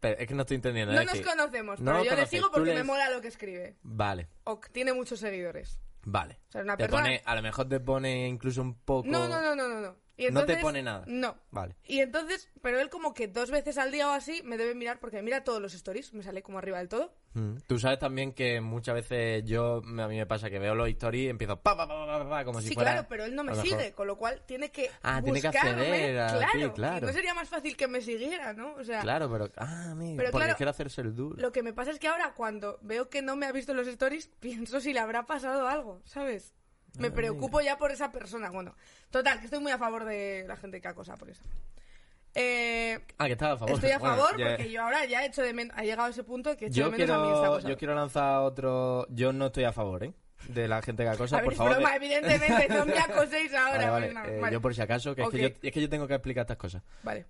Speaker 1: pero es que no estoy entendiendo.
Speaker 2: No
Speaker 1: es
Speaker 2: nos
Speaker 1: que-
Speaker 2: conocemos,
Speaker 1: no
Speaker 2: pero
Speaker 1: nos
Speaker 2: yo le
Speaker 1: conoces,
Speaker 2: sigo
Speaker 1: tú
Speaker 2: porque
Speaker 1: lees-
Speaker 2: me mola lo que escribe.
Speaker 1: Vale,
Speaker 2: O que tiene muchos seguidores.
Speaker 1: vale.
Speaker 2: O sea, una
Speaker 1: te
Speaker 2: persona-
Speaker 1: pone, a lo mejor te pone incluso un poco...
Speaker 2: No, no, no, no, no. no. Y
Speaker 1: No te
Speaker 2: entonces-
Speaker 1: pone nada.
Speaker 2: No.
Speaker 1: Vale.
Speaker 2: Y entonces, pero él como que dos veces al día o así me debe mirar porque me mira todos los stories, me sale como arriba del todo.
Speaker 1: Mm. Tú sabes también que muchas veces yo, me- a mí me pasa que veo los stories y empiezo pa, pa, pa, pa, pa, pa, como si
Speaker 2: sí,
Speaker 1: fuera...
Speaker 2: claro, pero él no me
Speaker 1: a lo mejor-
Speaker 2: sigue, con lo cual tiene que
Speaker 1: Ah, tiene que
Speaker 2: buscarme.
Speaker 1: acceder a ti,
Speaker 2: claro,
Speaker 1: claro.
Speaker 2: No sería más fácil que me siguiera, ¿no? O sea,
Speaker 1: Claro, pero... Ah, amigo,
Speaker 2: Pero
Speaker 1: porque
Speaker 2: claro,
Speaker 1: quiero hacerse el duro.
Speaker 2: lo que me pasa es que ahora cuando veo que no me ha visto los stories, pienso si le habrá pasado algo, ¿sabes? Me
Speaker 1: Ah,
Speaker 2: preocupo ya por esa persona. Bueno, total, que estoy muy a favor de la gente que acosa por eso. Eh,
Speaker 1: Ah, que estaba a favor.
Speaker 2: Estoy a
Speaker 1: Bueno,
Speaker 2: favor
Speaker 1: ya-
Speaker 2: porque yo ahora ya he hecho de menos. Ha llegado ese punto que he hecho
Speaker 1: Yo
Speaker 2: de menos a mi Insta
Speaker 1: quiero,
Speaker 2: acosador.
Speaker 1: yo quiero lanzar otro... Yo no estoy a favor, ¿eh? De la gente que acosa,
Speaker 2: a ver,
Speaker 1: por
Speaker 2: es
Speaker 1: favor.
Speaker 2: broma,
Speaker 1: de-
Speaker 2: evidentemente, no me acoséis ahora.
Speaker 1: Vale, vale,
Speaker 2: Fernando.
Speaker 1: eh,
Speaker 2: Vale,
Speaker 1: Yo por si acaso, que, es, que
Speaker 2: Ok.
Speaker 1: yo, es que yo tengo que explicar estas cosas.
Speaker 2: vale.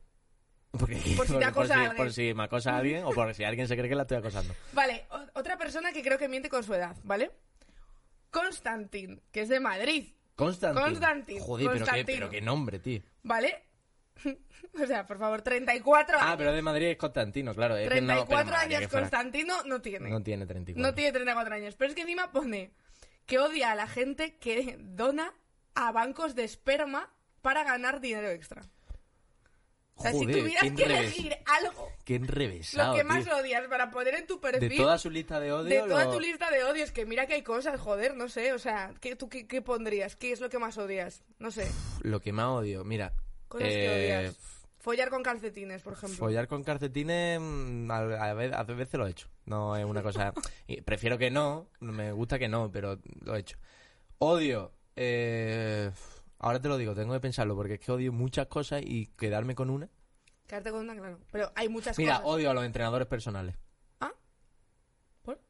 Speaker 1: Porque-
Speaker 2: Por si te
Speaker 1: porque-
Speaker 2: acosa
Speaker 1: si-
Speaker 2: alguien.
Speaker 1: por si me acosa alguien o por si alguien se cree que la estoy acosando.
Speaker 2: Vale, o- otra persona que creo que miente con su edad, ¿vale? Constantin, que es de Madrid,
Speaker 1: Constantin.
Speaker 2: Constantin,
Speaker 1: Joder, pero qué,
Speaker 2: Constantino.
Speaker 1: pero qué nombre, tío.
Speaker 2: ¿vale? o sea, por favor, 34 años.
Speaker 1: Ah, pero de Madrid es Constantino, claro. es que no- pero
Speaker 2: 34
Speaker 1: madre, que
Speaker 2: años
Speaker 1: fuera-
Speaker 2: Constantino no tiene.
Speaker 1: No tiene 34.
Speaker 2: No tiene 34 años. Pero es que encima pone que odia a la gente que dona a bancos de esperma para ganar dinero extra. O sea,
Speaker 1: Joder,
Speaker 2: si tuvieras
Speaker 1: qué
Speaker 2: que
Speaker 1: enrevés-
Speaker 2: elegir algo,
Speaker 1: Qué
Speaker 2: lo
Speaker 1: enrevesado,
Speaker 2: que más
Speaker 1: tío.
Speaker 2: odias para poner en tu perfil,
Speaker 1: De toda su lista de odio.
Speaker 2: de toda
Speaker 1: lo-
Speaker 2: tu lista de odios, que mira que hay cosas, joder, no sé, o sea, ¿qué, ¿tú qué, qué pondrías? ¿Qué es lo que más odias? No sé,
Speaker 1: Lo que más odio, mira.
Speaker 2: cosas
Speaker 1: eh,
Speaker 2: que odias. Follar con calcetines, por ejemplo.
Speaker 1: Follar con calcetines, mm, al- a, ve- a veces lo he hecho. No es una cosa. y prefiero que no, me gusta que no, pero lo he hecho. Odio. eh, ahora te lo digo, tengo que pensarlo, porque es que odio muchas cosas y quedarme con una.
Speaker 2: Quedarte con una, claro. Pero hay muchas
Speaker 1: Mira,
Speaker 2: cosas.
Speaker 1: odio a los entrenadores personales.
Speaker 2: ¿Ah? ¿Por?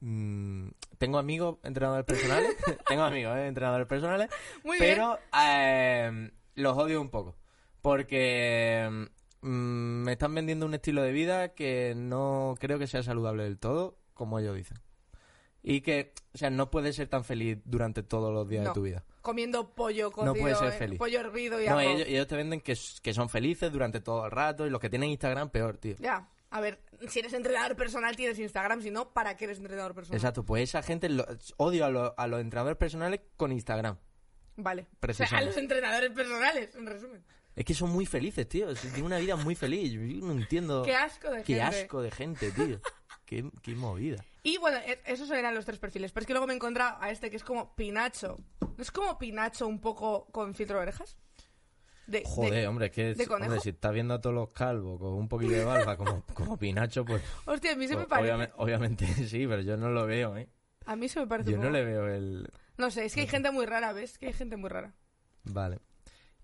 Speaker 1: Mm, tengo amigos entrenadores personales. tengo amigos, ¿eh? entrenadores personales.
Speaker 2: Muy bien.
Speaker 1: pero eh, los odio un poco. Porque mm, me están vendiendo un estilo de vida que no creo que sea saludable del todo, como ellos dicen. Y que, o sea, no puedes ser tan feliz durante todos los días
Speaker 2: No.
Speaker 1: de tu vida.
Speaker 2: Comiendo pollo
Speaker 1: No
Speaker 2: cocido,
Speaker 1: puede ser
Speaker 2: eh,
Speaker 1: feliz.
Speaker 2: pollo hervido y
Speaker 1: No,
Speaker 2: arroz.
Speaker 1: ellos, ellos te venden que, s- que son felices durante todo el rato y los que tienen Instagram, peor, tío.
Speaker 2: Ya, a ver, si eres entrenador personal tienes Instagram, si no, ¿para qué eres entrenador personal?
Speaker 1: Exacto, pues esa gente lo- odio a, lo- a los entrenadores personales con Instagram.
Speaker 2: Vale. O sea, a
Speaker 1: Precisamente.
Speaker 2: los entrenadores personales, en resumen.
Speaker 1: Es que son muy felices, tío. Es- Tienen una vida muy feliz. Yo no entiendo.
Speaker 2: Qué asco de
Speaker 1: Oh, Qué
Speaker 2: gente.
Speaker 1: asco de gente, tío. Qué, qué movida.
Speaker 2: Y bueno, e- esos eran los tres perfiles. Pero es que luego me he encontrado a este que es como Pinacho. ¿No es como Pinacho un poco con filtro de orejas? De, de-
Speaker 1: Joder, hombre, es que
Speaker 2: de
Speaker 1: hombre,
Speaker 2: conejo.
Speaker 1: si estás viendo a todos los calvos con un poquito de barba como, como Pinacho, pues.
Speaker 2: Hostia, a mí se me
Speaker 1: pues,
Speaker 2: parece.
Speaker 1: obviamente, obviamente sí, pero yo no lo veo, ¿eh?
Speaker 2: A mí se me parece.
Speaker 1: Yo
Speaker 2: un
Speaker 1: no
Speaker 2: poco-
Speaker 1: le veo el.
Speaker 2: no sé, es que hay gente muy rara, ¿ves? Que hay gente muy rara.
Speaker 1: Vale.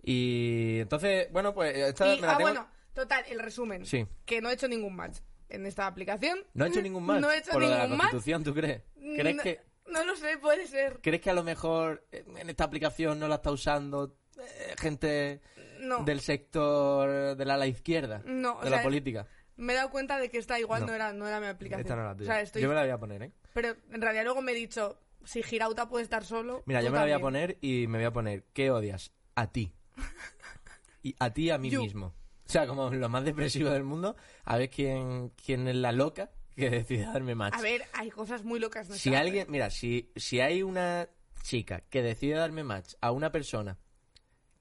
Speaker 1: Y entonces, bueno, pues. Esta
Speaker 2: Y-
Speaker 1: me la
Speaker 2: ah,
Speaker 1: tengo-
Speaker 2: bueno, total, el resumen.
Speaker 1: Sí.
Speaker 2: Que no he hecho ningún match en esta aplicación.
Speaker 1: No he hecho ningún mal.
Speaker 2: No he hecho
Speaker 1: Por lo de la
Speaker 2: ningún match.
Speaker 1: constitución, ¿tú crees? ¿Crees
Speaker 2: No-
Speaker 1: que.?
Speaker 2: No lo sé, puede ser.
Speaker 1: ¿Crees que a lo mejor eh, en esta aplicación no la está usando eh, gente
Speaker 2: No.
Speaker 1: del sector de la ala izquierda?
Speaker 2: No, o
Speaker 1: de la
Speaker 2: sea,
Speaker 1: política.
Speaker 2: Me he dado cuenta de que esta igual no,
Speaker 1: No.
Speaker 2: era, no era mi aplicación.
Speaker 1: Esta no era tuya.
Speaker 2: O sea, estoy-
Speaker 1: Yo me la voy a poner, ¿eh?
Speaker 2: Pero en realidad luego me he dicho, si Girauta puede estar solo.
Speaker 1: Mira,
Speaker 2: tú
Speaker 1: yo me la voy a
Speaker 2: también.
Speaker 1: poner y me voy a poner, ¿qué odias? A ti. Y a ti y a mí
Speaker 2: You.
Speaker 1: mismo. O sea, como lo más depresivo del mundo, a ver quién, quién es la loca que decide darme match.
Speaker 2: A ver, hay cosas muy locas. en ¿eh?
Speaker 1: si
Speaker 2: esta
Speaker 1: alguien, mira, si, si hay una chica que decide darme match a una persona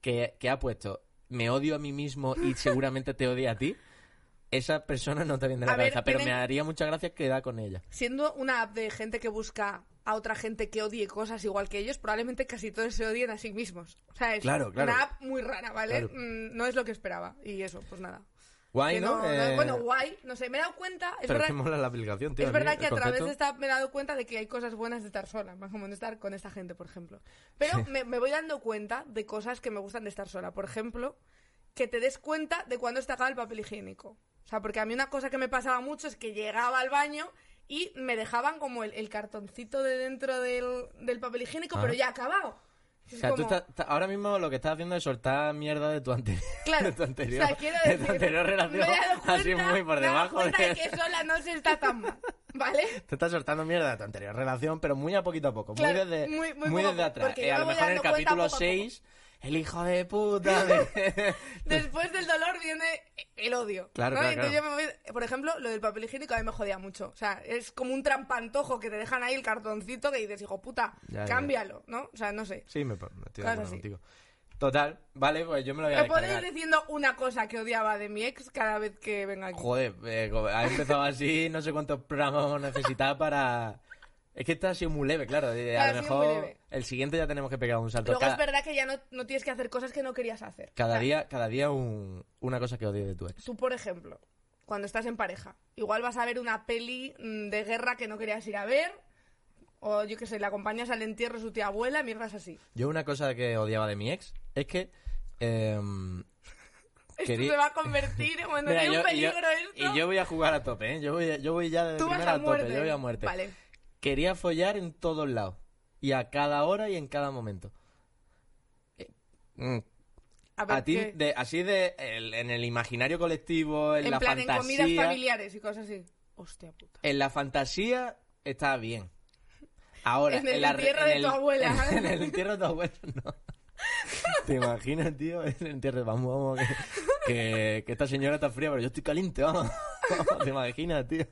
Speaker 1: que, que ha puesto me odio a mí mismo y seguramente te odia a ti, esa persona no te viene de la
Speaker 2: A ver,
Speaker 1: cabeza, pero
Speaker 2: tienen-
Speaker 1: me haría mucha gracia quedar con ella.
Speaker 2: Siendo una app de gente que busca a otra gente que odie cosas igual que ellos, probablemente casi todos se odien a sí mismos. O sea, es
Speaker 1: Claro, claro.
Speaker 2: una app muy rara, ¿vale?
Speaker 1: Claro.
Speaker 2: Mm, no es lo que esperaba. Y eso, pues nada.
Speaker 1: Guay,
Speaker 2: Que
Speaker 1: ¿no?
Speaker 2: no- no-
Speaker 1: Eh,
Speaker 2: bueno, guay, no sé, me he dado cuenta, es
Speaker 1: pero es
Speaker 2: verdad,
Speaker 1: que mola la aplicación, tío.
Speaker 2: es
Speaker 1: mí
Speaker 2: verdad que a
Speaker 1: el
Speaker 2: través
Speaker 1: concepto-
Speaker 2: de esta app me he dado cuenta de que hay cosas buenas de estar sola, más como de estar con esta gente, por ejemplo. Pero me, me voy dando cuenta de cosas que me gustan de estar sola. Por ejemplo, que te des cuenta de cuándo está acaba el papel higiénico. O sea, porque a mí una cosa que me pasaba mucho es que llegaba al baño y me dejaban como el, el cartoncito de dentro del, del papel higiénico,
Speaker 1: Ah.
Speaker 2: pero ya acabado. Es
Speaker 1: O sea, tú
Speaker 2: como-
Speaker 1: estás- estás- ahora mismo lo que estás haciendo es soltar mierda de tu anterior,
Speaker 2: Claro.
Speaker 1: de tu anterior,
Speaker 2: o sea, quiero
Speaker 1: de
Speaker 2: decir,
Speaker 1: tu anterior
Speaker 2: me he
Speaker 1: relación,
Speaker 2: dado cuenta,
Speaker 1: así muy por
Speaker 2: me he dado
Speaker 1: debajo.
Speaker 2: cuenta de
Speaker 1: de-
Speaker 2: que sola no se está tan mal, ¿vale?
Speaker 1: Te estás soltando mierda de tu anterior relación, pero muy a poquito a poco,
Speaker 2: Claro,
Speaker 1: muy desde,
Speaker 2: muy- muy poco a
Speaker 1: desde
Speaker 2: poco,
Speaker 1: atrás.
Speaker 2: porque
Speaker 1: Eh,
Speaker 2: yo
Speaker 1: a
Speaker 2: me
Speaker 1: lo
Speaker 2: voy
Speaker 1: mejor en el
Speaker 2: dando cuenta
Speaker 1: capítulo
Speaker 2: poco a poco.
Speaker 1: 6, el hijo de puta de...
Speaker 2: Después del dolor viene el odio.
Speaker 1: Claro,
Speaker 2: ¿no?
Speaker 1: claro,
Speaker 2: Entonces
Speaker 1: claro.
Speaker 2: yo me voy- Por ejemplo, lo del papel higiénico a mí me jodía mucho. O sea, es como un trampantojo que te dejan ahí el cartoncito que dices, hijo puta,
Speaker 1: Ya, ya.
Speaker 2: cámbialo, ¿no? O sea, no sé.
Speaker 1: Sí, me, pa- me estoy de
Speaker 2: Claro,
Speaker 1: acuerdo
Speaker 2: sí.
Speaker 1: contigo. Total, vale, pues yo me lo voy a
Speaker 2: ¿Me podéis
Speaker 1: descargar.
Speaker 2: diciendo una cosa que odiaba de mi ex cada vez que venga aquí?
Speaker 1: Joder, eh, como ha empezado así, no sé cuántos programas vamos a necesitar para... Es que esta ha sido muy leve, claro. eh,
Speaker 2: Ha
Speaker 1: A lo
Speaker 2: sido muy
Speaker 1: mejor
Speaker 2: leve.
Speaker 1: el siguiente ya tenemos que pegar un salto.
Speaker 2: Luego
Speaker 1: Cada-
Speaker 2: es verdad que ya no, no tienes que hacer cosas que no querías hacer.
Speaker 1: Cada
Speaker 2: O sea,
Speaker 1: día, cada día un- una cosa que odio de tu ex.
Speaker 2: Tú, por ejemplo, cuando estás en pareja, igual vas a ver una peli mm, de guerra que no querías ir a ver, o yo qué sé, la acompañas al entierro de su tía abuela, mierdas así.
Speaker 1: Yo una cosa que odiaba de mi ex es que... em,
Speaker 2: Esto
Speaker 1: quería-
Speaker 2: se va a convertir en bueno,
Speaker 1: Mira,
Speaker 2: tiene un
Speaker 1: y yo-
Speaker 2: peligro esto.
Speaker 1: y yo voy a jugar a tope, ¿eh? Yo voy, yo voy ya de
Speaker 2: Tú vas
Speaker 1: primera
Speaker 2: a
Speaker 1: a tope,
Speaker 2: muerte.
Speaker 1: yo voy a muerte.
Speaker 2: Vale.
Speaker 1: Quería follar en todos lados. Y a cada hora y en cada momento. Eh, mm,
Speaker 2: A, ver,
Speaker 1: A ti,
Speaker 2: ¿qué?
Speaker 1: de- así de el- en el imaginario colectivo, en,
Speaker 2: en
Speaker 1: la
Speaker 2: plan, en
Speaker 1: fantasía. Eh,
Speaker 2: comidas familiares y cosas así. Hostia puta.
Speaker 1: En la fantasía estaba bien. Ahora,
Speaker 2: En el
Speaker 1: la re-
Speaker 2: entierro de tu abuela.
Speaker 1: En, el entierro de tu abuela, no. ¿Te imaginas, tío? En el entierro, vamos, vamos, que, que- que esta señora está fría, pero yo estoy caliente, vamos. ¿Te imaginas, tío?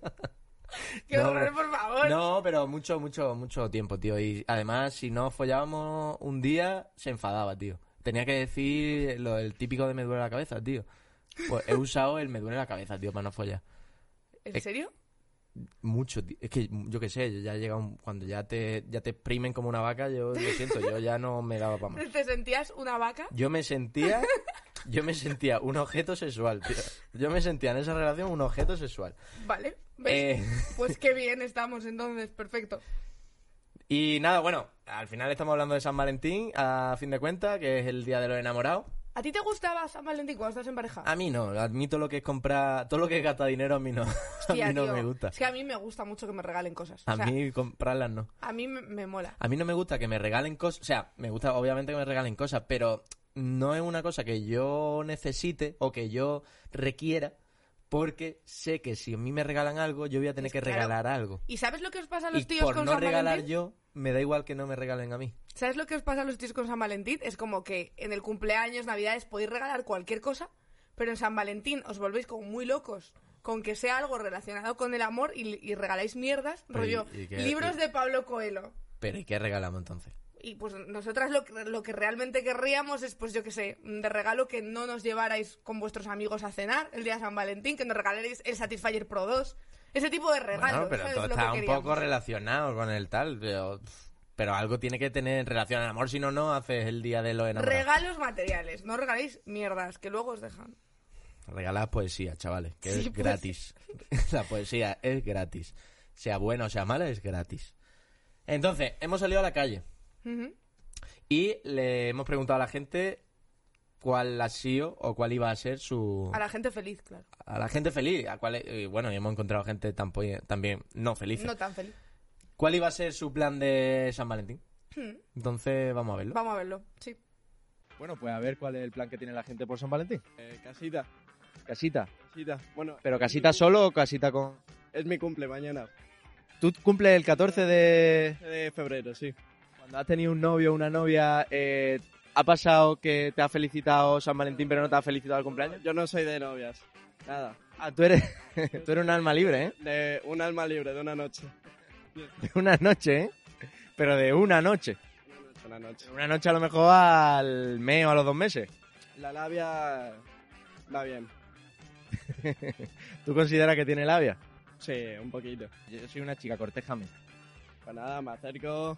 Speaker 2: Qué
Speaker 1: No,
Speaker 2: horror,
Speaker 1: pero-
Speaker 2: por favor.
Speaker 1: No, pero mucho, mucho, mucho tiempo, tío. Y además, si no follábamos un día, se enfadaba, tío. Tenía que decir lo el típico de me duele la cabeza, tío. Pues he usado el me duele la cabeza, tío, para no follar.
Speaker 2: ¿En
Speaker 1: eh,
Speaker 2: serio?
Speaker 1: Mucho, tío. Es que yo qué sé, yo ya he llegado un- cuando ya te, ya te exprimen como una vaca, yo lo siento, yo ya no me daba para más.
Speaker 2: ¿Te sentías una vaca?
Speaker 1: Yo me sentía, yo me sentía un objeto sexual, tío. Yo me sentía en esa relación un objeto sexual.
Speaker 2: Vale. ¿Ves?
Speaker 1: Eh.
Speaker 2: Pues qué bien estamos entonces, perfecto.
Speaker 1: Y nada, bueno, al final estamos hablando de San Valentín, a fin de cuentas, que es el día de los enamorados.
Speaker 2: ¿A ti te gustaba San Valentín cuando estás en pareja?
Speaker 1: A mí no, admito lo que es comprar, todo lo que es gastar dinero a mí no, a
Speaker 2: Tía,
Speaker 1: mí no
Speaker 2: tío,
Speaker 1: me gusta.
Speaker 2: Es que a mí me gusta mucho que me regalen cosas.
Speaker 1: A
Speaker 2: o sea,
Speaker 1: mí comprarlas no.
Speaker 2: a mí me, me mola.
Speaker 1: A mí no me gusta que me regalen cosas, o sea, me gusta obviamente que me regalen cosas, pero no es una cosa que yo necesite o que yo requiera, porque sé que si a mí me regalan algo, yo voy a tener
Speaker 2: Es
Speaker 1: que
Speaker 2: claro.
Speaker 1: regalar algo.
Speaker 2: ¿Y sabes lo que os pasa a los
Speaker 1: Y
Speaker 2: tíos
Speaker 1: por
Speaker 2: con
Speaker 1: no
Speaker 2: San
Speaker 1: regalar
Speaker 2: Valentín?
Speaker 1: yo, me da igual que no me regalen a mí.
Speaker 2: ¿Sabes lo que os pasa a los tíos con San Valentín? Es como que en el cumpleaños, navidades, podéis regalar cualquier cosa, pero en San Valentín os volvéis como muy locos con que sea algo relacionado con el amor y, y regaláis mierdas,
Speaker 1: Pero
Speaker 2: rollo,
Speaker 1: y- y que-
Speaker 2: libros
Speaker 1: y-
Speaker 2: de Pablo Coelho.
Speaker 1: Pero ¿y qué regalamos entonces?
Speaker 2: Y pues nosotras lo, que- lo que realmente querríamos es, pues yo qué sé, de regalo que no nos llevarais con vuestros amigos a cenar el día de San Valentín, que nos regalarais el Satisfyer Pro 2. Ese tipo de regalos.
Speaker 1: Bueno, pero
Speaker 2: ¿sabes?
Speaker 1: todo
Speaker 2: Lo que
Speaker 1: está un
Speaker 2: queríamos.
Speaker 1: poco relacionado con el tal, pero, pero algo tiene que tener relación al amor, si no, no haces el día de los enamorados.
Speaker 2: Regalos materiales, no regaléis mierdas, que luego os dejan.
Speaker 1: Regalad poesía, chavales, que
Speaker 2: Sí,
Speaker 1: es
Speaker 2: pues.
Speaker 1: gratis. La poesía es gratis. Sea buena o sea mala, es gratis. Entonces, hemos salido a la calle
Speaker 2: Ujú.
Speaker 1: y le hemos preguntado a la gente cuál ha sido o cuál iba a ser su...
Speaker 2: A la gente feliz, claro.
Speaker 1: a la gente feliz, a cuál, y bueno, y hemos encontrado gente tampo- también no feliz.
Speaker 2: No tan feliz.
Speaker 1: ¿Cuál iba a ser su plan de San Valentín? Entonces, vamos a verlo.
Speaker 2: Hmm, Vamos a verlo, sí.
Speaker 3: Bueno, pues a ver cuál es el plan que tiene la gente por San Valentín.
Speaker 4: Eh, casita.
Speaker 3: Casita. Casita. Bueno,
Speaker 5: ¿Pero casita solo o casita con...?
Speaker 3: es mi cumple mañana,
Speaker 5: Tú cumples el 14 de...
Speaker 3: de febrero, sí.
Speaker 5: Cuando has tenido un novio o una novia, eh, ¿ha pasado que te ha felicitado San Valentín pero no te ha felicitado el cumpleaños?
Speaker 3: Yo no soy de novias. Nada.
Speaker 5: Ah, tú eres, tú eres un alma libre, ¿eh?
Speaker 3: De un alma libre, de una noche.
Speaker 5: De una noche, ¿eh? Pero de una noche.
Speaker 3: Una noche, una noche.
Speaker 5: Una noche a lo mejor al mes o a los dos meses.
Speaker 3: La labia va bien.
Speaker 5: ¿Tú consideras que tiene labia?
Speaker 3: Sí, un poquito.
Speaker 5: Yo soy una chica, cortéjame.
Speaker 3: Pues nada, me acerco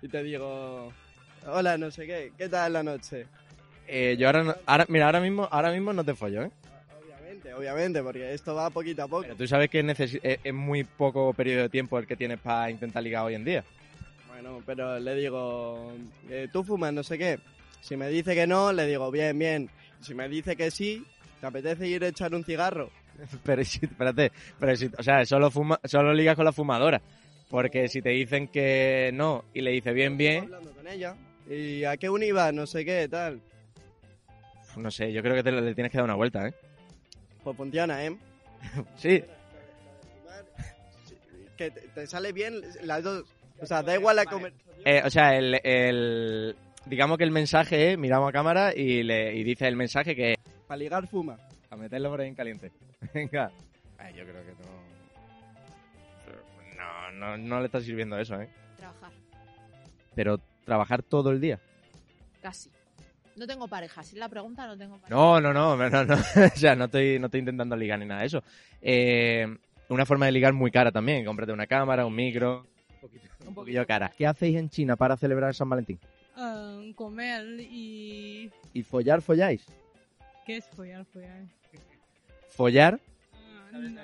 Speaker 3: y te digo... Hola, no sé qué. ¿Qué tal la noche?
Speaker 5: Eh, yo ahora, no- ahora, mira, ahora mismo, ahora mismo no te follo, ¿eh?
Speaker 3: Obviamente, obviamente, porque esto va poquito a poco.
Speaker 5: Pero tú sabes que necesi- es, es muy poco periodo de tiempo el que tienes para intentar ligar hoy en día.
Speaker 3: Bueno, pero le digo, eh, tú fumas, no sé qué. Si me dice que no, le digo, bien, bien. Si me dice que sí, ¿te apetece ir a echar un cigarro?
Speaker 5: Pero si, espérate, pero si, o sea, solo, fuma, solo ligas con la fumadora. Porque si te dicen que no y le dices bien, bien,
Speaker 3: Hablando con ella. ¿Y a qué un iba? No sé qué, tal.
Speaker 5: no sé, yo creo que te le tienes que dar una vuelta, ¿eh?
Speaker 3: Pues funciona, ¿eh?
Speaker 5: Sí,
Speaker 3: Que te, te sale bien las dos. O sea, da igual la conversación.
Speaker 5: Eh, o sea, el, el- digamos que el mensaje es, miramos a cámara y, le, y dice el mensaje que es,
Speaker 3: Para ligar, fuma.
Speaker 5: a meterlo por ahí en caliente. Venga. Ay, Ah, yo creo que no... No, no, no le está sirviendo eso, ¿eh?
Speaker 4: Trabajar.
Speaker 5: Pero trabajar todo el día.
Speaker 4: Casi. No tengo pareja. Si es la pregunta, no tengo pareja.
Speaker 5: No, no, no, no, no. o sea, no estoy, no estoy intentando ligar ni nada de eso. Eh, una forma de ligar muy cara también, cómprate una cámara, un micro, un poquillo cara. ¿Qué hacéis en China para celebrar San Valentín?
Speaker 6: Ah, comer y...
Speaker 5: ¿Y follar, folláis?
Speaker 6: ¿Qué es follar, follar?
Speaker 5: Follar,
Speaker 6: Ah, no.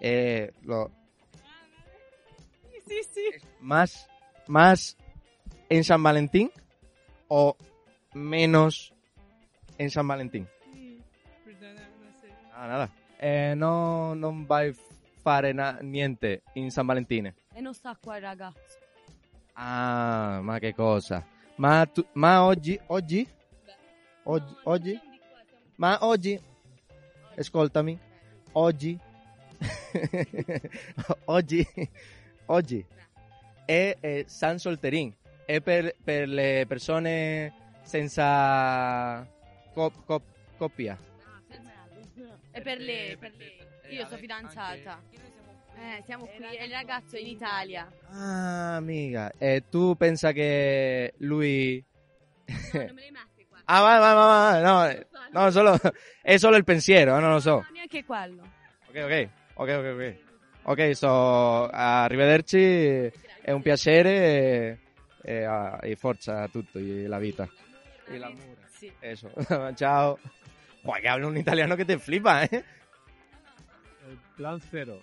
Speaker 5: eh, lo,
Speaker 6: Sí, sí.
Speaker 5: más, más en San Valentín o menos en San Valentín?
Speaker 6: Mm, Perdona, no sé.
Speaker 5: Nada, nada. Eh, no, non vai fare na- niente in San Valentine.
Speaker 7: E non sta qua il ragazzo.
Speaker 5: Ah, ma che cosa? Ma, tu- ma oggi, oggi? Oggi, oggi? Ma oggi, ascoltami, oggi, oggi, oggi è, eh, San Solterin, è per, per le persone senza co- co- coppia.
Speaker 7: E per lei, per lei. Io sono fidanzata. Eh, siamo qui. E il ragazzo è in Italia.
Speaker 5: Ah, amiga, eh, tu pensa che lui...
Speaker 7: No, non me le mette qua.
Speaker 5: Ah, va, va, va, va, no, eh, no, solo, è solo il pensiero, non lo so.
Speaker 7: No, neanche quello.
Speaker 5: Ok, ok, ok, ok, ok. Ok, so, arrivederci, è un piacere e, e, ah, e forza a tutto, e la vita. E l'amore.
Speaker 7: Sì.
Speaker 5: Eso, ciao. Buah, que habla un italiano que te flipa, ¿eh?
Speaker 8: plan cero.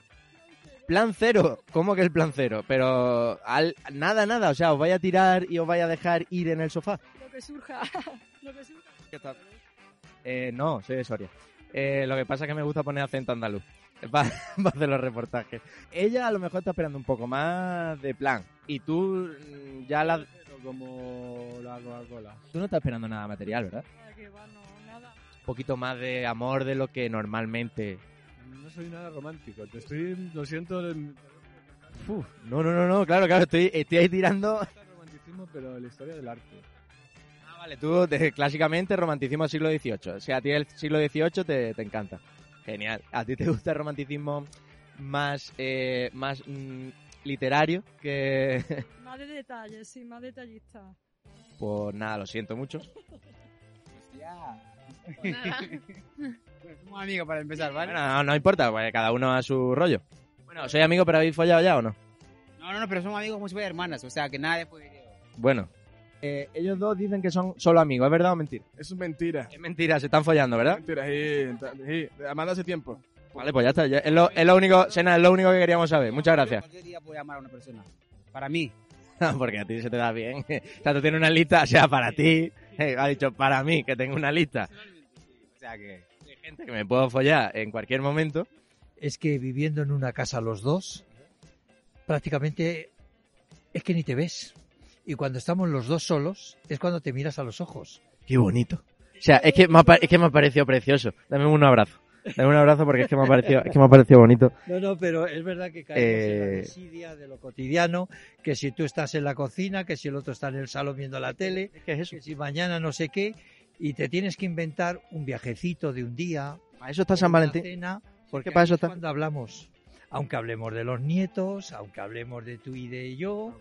Speaker 5: Plan cero, ¿cómo que el plan cero? Pero al, nada, nada, o sea, os vaya a tirar y os vaya a dejar ir en el sofá.
Speaker 7: Lo che surca. Lo che surca.
Speaker 5: Eh, no, soy de Soria. Eh, lo que pasa es que me gusta poner acento andaluz para hacer los reportajes. Ella a lo mejor está esperando un poco más de plan. Y tú mm, ya la...
Speaker 8: Pero como la Coca-Cola.
Speaker 5: Tú no estás esperando nada material, ¿verdad?
Speaker 6: Ah, que va, no, nada.
Speaker 5: Un poquito más de amor de lo que normalmente...
Speaker 8: No soy nada romántico. Te estoy, lo siento, el
Speaker 5: Uf, no, no, no, no, claro, claro, estoy, estoy ahí tirando...
Speaker 8: romanticismo, pero la historia del arte.
Speaker 5: Ah, vale, tú de- clásicamente romanticismo del siglo XVIII. O sea, a ti el siglo XVIII te, te encanta. Genial. ¿A ti te gusta el romanticismo más, eh, más mm, literario que,
Speaker 6: Más de detalles, sí, más detallista.
Speaker 5: Pues nada, lo siento mucho.
Speaker 3: Somos amigos para empezar,
Speaker 5: Bueno, no, no importa, pues, cada uno a su rollo. Bueno, ¿soy amigo pero habéis follado ya o no?
Speaker 9: No, no, no, pero somos amigos como si fueran hermanas, o sea, que nada de video.
Speaker 5: Bueno. Eh, ellos dos dicen que son solo amigos, ¿es verdad o mentira?
Speaker 8: Eso es mentira.
Speaker 5: Es mentira, se están follando, ¿verdad?
Speaker 8: Mentira, sí, ta- sí. Además, hace tiempo.
Speaker 5: Vale, pues ya está. ya- es, lo, es lo único, Sena, es lo único que queríamos saber. Muchas gracias.
Speaker 9: Yo día puedo amar a una persona. Para mí.
Speaker 5: Porque a ti se te da bien. O sea, tú tienes una lista, o sea, para ti. Eh, ha dicho, para mí, que tengo una lista. O sea, que de gente que me puedo follar en cualquier momento.
Speaker 10: es que viviendo en una casa los dos, prácticamente es que ni te ves. Y cuando estamos los dos solos, es cuando te miras a los ojos.
Speaker 5: Qué bonito. O sea, es que me ha, pa- es que me ha parecido precioso. Dame un abrazo.
Speaker 1: Dame un abrazo porque es que me ha parecido, es que me ha parecido bonito.
Speaker 5: No, no, pero es verdad que caemos en la
Speaker 1: Eh,
Speaker 5: desidia de lo cotidiano, que si tú estás en la cocina, que si el otro está en el salón viendo la tele,
Speaker 1: Es que es eso.
Speaker 5: que si mañana no sé qué, y te tienes que inventar un viajecito de un día,
Speaker 1: Para eso está San
Speaker 5: una
Speaker 1: Valentín.
Speaker 5: cena, porque
Speaker 1: que para
Speaker 5: ahí
Speaker 1: eso
Speaker 5: es
Speaker 1: está.
Speaker 5: cuando hablamos, aunque hablemos de los nietos, aunque hablemos de tú y de yo,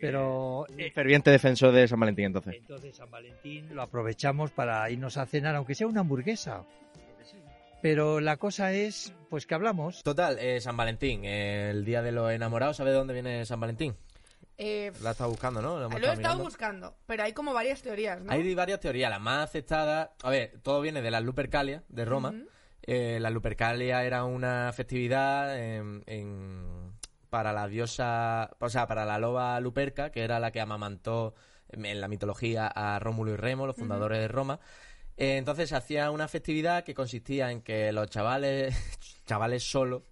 Speaker 5: pero eh,
Speaker 1: Ferviente defensor de San Valentín, entonces.
Speaker 5: entonces San Valentín lo aprovechamos para irnos a cenar, aunque sea una hamburguesa. Pero la cosa es, pues que hablamos.
Speaker 1: Total, eh, San Valentín, eh, el día de los enamorados, ¿sabes de dónde viene San Valentín?
Speaker 2: Eh,
Speaker 1: La estás buscando, ¿no? La hemos
Speaker 2: lo he
Speaker 1: estado
Speaker 2: estado
Speaker 1: mirando.
Speaker 2: buscando, pero hay como varias teorías, ¿no?
Speaker 1: Hay varias teorías. La más aceptada, a ver, todo viene de las Lupercalia, de Roma.
Speaker 2: Ujú.
Speaker 1: Eh, la Lupercalia era una festividad en- en- para la diosa, o sea, para la loba Luperca, que era la que amamantó em, en la mitología a Rómulo y Remo, los fundadores de Roma. Eh, entonces se hacía una festividad que consistía en que los chavales, chavales solos,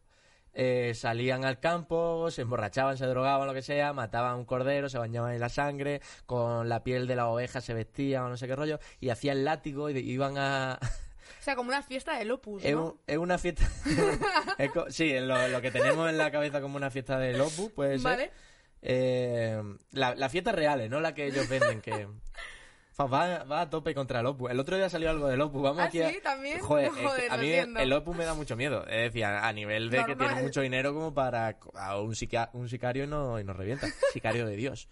Speaker 1: eh, salían al campo, se emborrachaban, se drogaban, lo que sea, mataban a un cordero, se bañaban en la sangre, con la piel de la oveja se vestían o no sé qué rollo, y hacían látigo y de- iban a,
Speaker 2: O sea, como una fiesta del Opus,
Speaker 1: es,
Speaker 2: ¿no?
Speaker 1: un- es una fiesta. es co- sí, es lo, lo que tenemos en la cabeza como una fiesta de Opus, puede ser.
Speaker 2: ¿Vale?
Speaker 1: Eh, la- Las fiestas reales, no la que ellos venden, que. Fa, Va, va a tope contra el Opus. El otro día salió algo del Opus. Vamos
Speaker 2: ¿Ah,
Speaker 1: aquí a-
Speaker 2: sí? ¿También?
Speaker 1: Joder, es que
Speaker 2: Joder,
Speaker 1: a
Speaker 2: lo
Speaker 1: mí
Speaker 2: siento.
Speaker 1: el Opus me da mucho miedo. Es decir, a a nivel de que
Speaker 2: Normal.
Speaker 1: tiene mucho dinero como para co- a un, sica- un sicario y, no- y nos revienta. Sicario de Dios.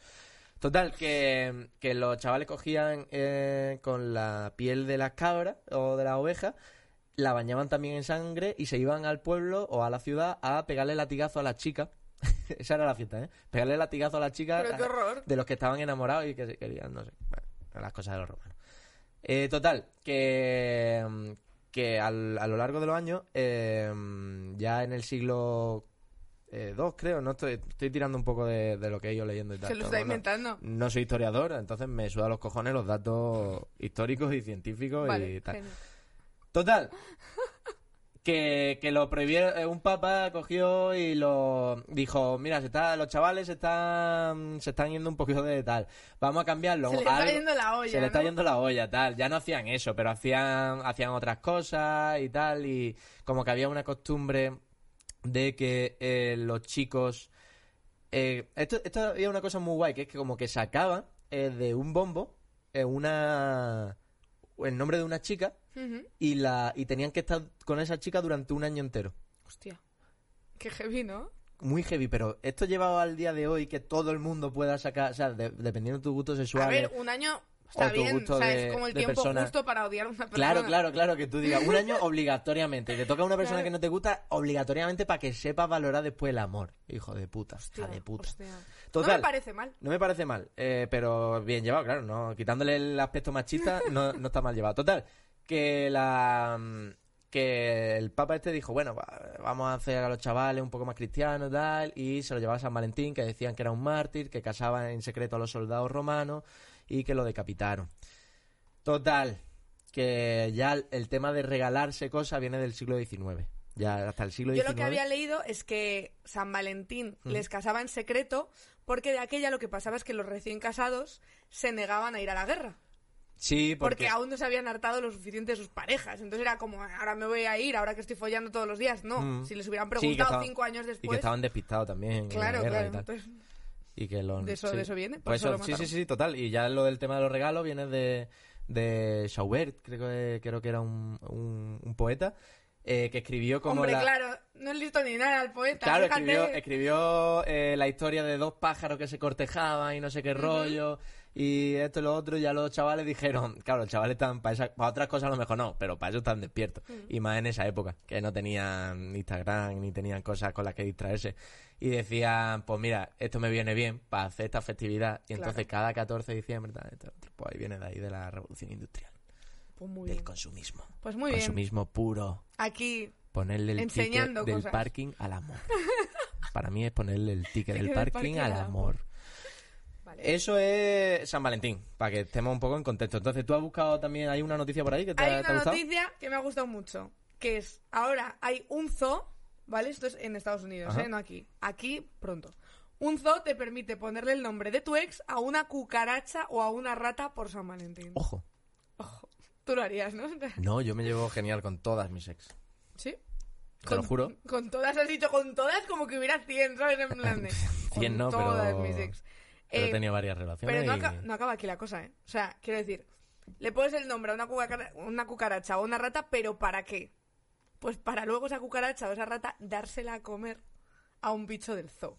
Speaker 1: Total, que, que los chavales cogían eh, con la piel de las cabras o de las ovejas, la bañaban también en sangre y se iban al pueblo o a la ciudad a pegarle latigazo a las chicas. Esa era la fiesta, ¿eh? Pegarle latigazo a las chicas
Speaker 2: Pero qué horror.
Speaker 1: de los que estaban enamorados y que se querían, no sé, bueno, las cosas de los romanos. Eh, total, que, mm, que al- a lo largo de los años, eh, mm, ya en el siglo eh, II, creo, no estoy, estoy tirando un poco de, de lo que he ido leyendo y tal.
Speaker 2: Se lo
Speaker 1: todo,
Speaker 2: está
Speaker 1: no-
Speaker 2: inventando.
Speaker 1: No soy historiador, entonces me suda los cojones los datos históricos y científicos y
Speaker 2: Vale,
Speaker 1: tal.
Speaker 2: genial.
Speaker 1: Total. Que, que lo prohibieron, eh, un papa cogió y lo dijo, mira, se está, los chavales se están, se están yendo un poquito de tal, vamos a cambiarlo.
Speaker 2: Se le
Speaker 1: a
Speaker 2: está
Speaker 1: algo-
Speaker 2: yendo la olla,
Speaker 1: se le está
Speaker 2: ¿no?
Speaker 1: yendo la olla, tal. Ya no hacían eso, pero hacían, hacían otras cosas y tal. Y como que había una costumbre de que eh, los chicos. eh, esto, esto había una cosa muy guay, que es que como que sacaban eh, de un bombo eh, una el nombre de una chica
Speaker 2: Ujú.
Speaker 1: y la y tenían que estar con esa chica durante un año entero.
Speaker 2: Hostia. Qué heavy, ¿no?
Speaker 1: Muy heavy, pero esto llevado al día de hoy que todo el mundo pueda sacar, o sea, de- dependiendo de tu gusto sexual.
Speaker 2: A ver,
Speaker 1: eh,
Speaker 2: un año está
Speaker 1: o tu
Speaker 2: bien,
Speaker 1: gusto
Speaker 2: o sea,
Speaker 1: de-
Speaker 2: es como el
Speaker 1: de
Speaker 2: tiempo
Speaker 1: persona.
Speaker 2: justo para odiar a una persona.
Speaker 1: Claro, claro, claro, que tú digas un año obligatoriamente. Y te toca a una persona
Speaker 2: Claro.
Speaker 1: que no te gusta obligatoriamente para que sepas valorar después el amor. Hijo de puta, hija
Speaker 2: Hostia,
Speaker 1: de puta.
Speaker 2: hostia. No
Speaker 1: Total,
Speaker 2: me parece mal.
Speaker 1: no me parece mal, eh, pero bien llevado, claro, no quitándole el aspecto machista no, no está mal llevado. Total, que la mm, que el papa este dijo, bueno, va- vamos a hacer a los chavales un poco más cristianos tal y se lo llevaba a San Valentín, que decían que era un mártir, que casaban en secreto a los soldados romanos y que lo decapitaron. Total, que ya el- el tema de regalarse cosas viene del siglo XIX. Ya hasta el siglo
Speaker 2: Yo
Speaker 1: XIX.
Speaker 2: lo que había leído es que San Valentín
Speaker 1: Ujú.
Speaker 2: les casaba en secreto porque de aquella lo que pasaba es que los recién casados se negaban a ir a la guerra.
Speaker 1: Sí,
Speaker 2: Porque
Speaker 1: porque
Speaker 2: aún no se habían hartado lo suficiente de sus parejas. Entonces era como, ahora me voy a ir, ahora que estoy follando todos los días. No,
Speaker 1: Mm.
Speaker 2: si les hubieran
Speaker 1: que
Speaker 2: preguntado
Speaker 1: estaban-
Speaker 2: cinco años
Speaker 1: y que
Speaker 2: después.
Speaker 1: estaban despistados también. en la
Speaker 2: claro,
Speaker 1: guerra y
Speaker 2: claro.
Speaker 1: tal.
Speaker 2: entonces-
Speaker 1: Y que lo-
Speaker 2: De eso-
Speaker 1: sí.
Speaker 2: de eso viene, por
Speaker 1: Pues
Speaker 2: eso lo
Speaker 1: eso, sí,
Speaker 2: mataron.
Speaker 1: sí, sí, total. Y ya lo del tema de los regalos viene de, de Schubert, creo que, creo que era un, un- un poeta, eh, que escribió como
Speaker 2: Hombre,
Speaker 1: la...
Speaker 2: claro, no es listo ni nada el poeta.
Speaker 1: Claro,
Speaker 2: fíjate.
Speaker 1: escribió, escribió eh, la historia de dos pájaros que se cortejaban y no sé qué rollo. Y esto y lo otro, y ya los chavales dijeron, claro, los chavales están para, esa- para otras cosas a lo mejor no, pero para eso están despiertos. Y más en esa época, que no tenían Instagram ni tenían cosas con las que distraerse. Y decían, pues mira, esto me viene bien para hacer esta festividad. Y entonces cada 14 de diciembre, tal, esto, otro. pues ahí viene de ahí de la revolución industrial,
Speaker 2: Pues muy
Speaker 1: del
Speaker 2: bien.
Speaker 1: consumismo.
Speaker 2: Pues muy bien.
Speaker 1: consumismo puro.
Speaker 2: Aquí,
Speaker 1: Ponerle el ticket
Speaker 2: Enseñando
Speaker 1: del
Speaker 2: cosas.
Speaker 1: parking al amor. Para mí es ponerle el ticket del
Speaker 2: del
Speaker 1: parking,
Speaker 2: parking
Speaker 1: al
Speaker 2: al
Speaker 1: amor.
Speaker 2: vale.
Speaker 1: Eso es San Valentín, para que estemos un poco en contexto. Entonces, tú has buscado también, hay una noticia por ahí que te,
Speaker 2: Hay
Speaker 1: ha- te ha
Speaker 2: una
Speaker 1: gustado.
Speaker 2: noticia que me ha gustado mucho, que es ahora hay un zoo, ¿vale? Esto es en Estados Unidos,
Speaker 1: Ajá.
Speaker 2: ¿eh? No aquí. Aquí pronto. Un zoo te permite ponerle el nombre de tu ex a una cucaracha o a una rata por San Valentín.
Speaker 1: Ojo,
Speaker 2: Tú lo harías, ¿no?
Speaker 1: no, yo me llevo genial con todas mis ex.
Speaker 2: Sí.
Speaker 1: Te lo juro.
Speaker 2: Con todas, has dicho con todas como que hubiera 100, ¿sabes? En plan de.
Speaker 1: 100
Speaker 2: con
Speaker 1: no, pero-
Speaker 2: todas mis ex.
Speaker 1: Pero
Speaker 2: Eh,
Speaker 1: he tenido varias relaciones.
Speaker 2: pero no,
Speaker 1: y-
Speaker 2: aca- no acaba aquí la cosa, ¿eh? O sea, quiero decir, le pones el nombre a una, cucara- una cucaracha o una rata, pero ¿para qué? Pues para luego esa cucaracha o esa rata dársela a comer a un bicho del zoo.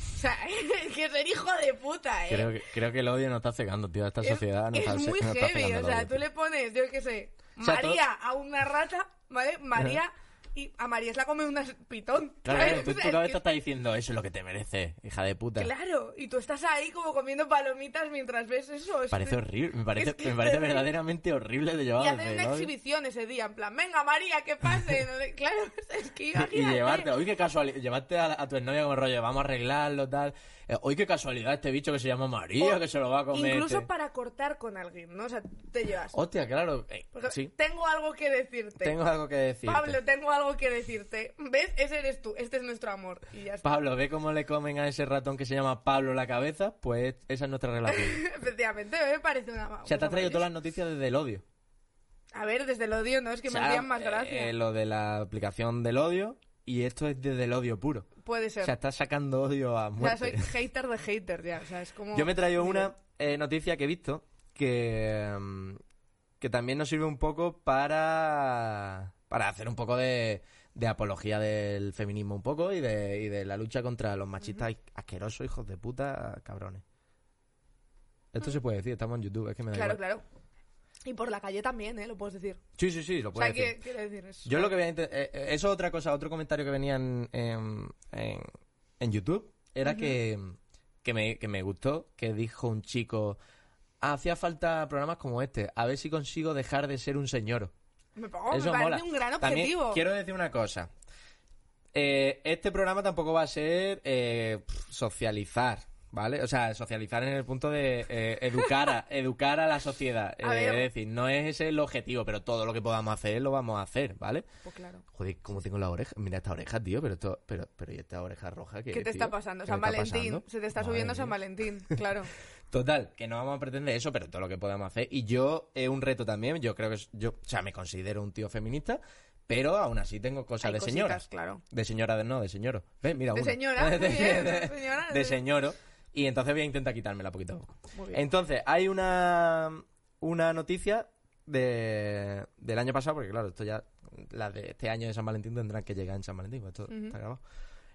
Speaker 2: O sea, es que ser hijo de puta, ¿eh?
Speaker 1: Creo que, creo que el odio nos está cegando, tío. Esta sociedad nos
Speaker 2: es
Speaker 1: está, nos
Speaker 2: muy
Speaker 1: está
Speaker 2: heavy,
Speaker 1: cegando
Speaker 2: o
Speaker 1: el
Speaker 2: sea,
Speaker 1: odio,
Speaker 2: tú
Speaker 1: tío.
Speaker 2: le pones, yo qué sé,
Speaker 1: O sea, todo-
Speaker 2: María a una rata, ¿vale? María, y a María se la come un pitón.
Speaker 1: Claro,
Speaker 2: ¿sabes?
Speaker 1: claro, tú
Speaker 2: O
Speaker 1: en
Speaker 2: sea,
Speaker 1: tu
Speaker 2: es
Speaker 1: cabeza
Speaker 2: que-
Speaker 1: estás diciendo, eso es lo que te merece, hija de puta.
Speaker 2: Claro, y tú estás ahí como comiendo palomitas mientras ves eso. es-
Speaker 1: Parece horrible, me parece,
Speaker 2: Es que es
Speaker 1: me parece
Speaker 2: terrible.
Speaker 1: verdaderamente horrible de
Speaker 2: Y
Speaker 1: llevar
Speaker 2: hacer una exhibición ese día, en plan, venga María, que pase. no sé- claro, pues es que
Speaker 1: Y
Speaker 2: imagínate.
Speaker 5: ¿eh?
Speaker 1: llevarte, hoy qué casualidad, llevarte a, a tu novia como rollo, vamos a arreglarlo, tal. Eh, hoy qué casualidad este bicho que se llama María,
Speaker 5: Oh,
Speaker 2: O
Speaker 1: que se lo va a comer.
Speaker 2: Incluso
Speaker 1: este.
Speaker 2: para cortar con alguien, ¿no? O sea, te llevas.
Speaker 1: Hostia, claro, eh,
Speaker 2: Porque
Speaker 1: sí,
Speaker 2: Tengo algo que decirte.
Speaker 1: tengo algo que decir.
Speaker 2: Pablo, tengo algo que decirte. ¿Ves? Ese eres tú, este es nuestro amor. Y ya está.
Speaker 1: Pablo, ¿ve cómo le comen a ese ratón que se llama Pablo la cabeza? Pues esa es nuestra relación.
Speaker 2: Efectivamente, me parece una.
Speaker 1: O sea, te ha traído
Speaker 2: una maravilla.
Speaker 1: todas las noticias desde el odio.
Speaker 2: A ver, desde el odio, ¿no? Es que
Speaker 1: O
Speaker 2: me
Speaker 1: sea,
Speaker 2: hacían más gracia.
Speaker 1: eh, lo de la aplicación del odio, y esto es desde el odio puro.
Speaker 2: Puede
Speaker 1: O
Speaker 2: ser.
Speaker 1: sea, estás sacando odio a
Speaker 2: O sea,
Speaker 1: muerte.
Speaker 2: soy hater de hater ya. O sea, es como.
Speaker 1: Yo me traigo una eh, noticia que he visto que, mm, que también nos sirve un poco para, para hacer un poco de, de apología del feminismo un poco y de, y de la lucha contra los machistas asquerosos, hijos de puta, cabrones. Esto se puede decir, estamos en YouTube, es que me da
Speaker 2: Claro,
Speaker 1: igual.
Speaker 2: claro. Y por la calle también, ¿eh? Lo puedes decir.
Speaker 1: Sí, sí, sí, lo
Speaker 2: O
Speaker 1: puedes
Speaker 2: sea,
Speaker 1: decir.
Speaker 2: que, quiero decir eso.
Speaker 1: Yo lo que voy a inte- eh, eh, Eso es otra cosa, otro comentario que venía en, en, en- en YouTube. Era que, que, me, que me gustó, que dijo un chico... Hacía falta programas como este. A ver si consigo dejar de ser un señor.
Speaker 2: Me, oh, me
Speaker 1: Eso
Speaker 2: parece
Speaker 1: mola.
Speaker 2: un gran
Speaker 1: También
Speaker 2: objetivo.
Speaker 1: quiero decir una cosa. Eh, este programa tampoco va a ser eh, pf, socializar, ¿vale? O sea, socializar en el punto de eh, educar, a, educar a la sociedad.
Speaker 2: A
Speaker 1: Eh,
Speaker 2: ver.
Speaker 1: es decir, no es ese el objetivo, pero todo lo que podamos hacer lo vamos a hacer, ¿vale?
Speaker 2: Pues claro.
Speaker 1: Joder, ¿cómo tengo la oreja? Mira esta oreja, tío, pero esto, pero, pero ¿y esta oreja roja que
Speaker 2: ¿Qué te está pasando? San Valentín. Se te está subiendo San Valentín, claro.
Speaker 1: Total, que no vamos a pretender eso, pero todo lo que podamos hacer. Y yo, es un reto también, yo creo que es- yo, o sea, me considero un tío feminista, pero aún así tengo cosas
Speaker 2: Hay
Speaker 1: de
Speaker 2: cositas,
Speaker 1: señoras.
Speaker 2: claro.
Speaker 1: De señora, de- no, de señoro. Ve, mira,
Speaker 2: De
Speaker 1: una.
Speaker 2: señora, muy
Speaker 1: de,
Speaker 2: bien,
Speaker 1: de-
Speaker 2: de señora,
Speaker 1: de
Speaker 2: de-
Speaker 1: señoro. Y entonces voy a intentar quitármela poquito a poco.
Speaker 2: Muy bien.
Speaker 1: Entonces, hay una, una noticia de, del año pasado, porque claro, esto ya, las de este año de San Valentín tendrán que llegar en San Valentín, porque esto está grabado.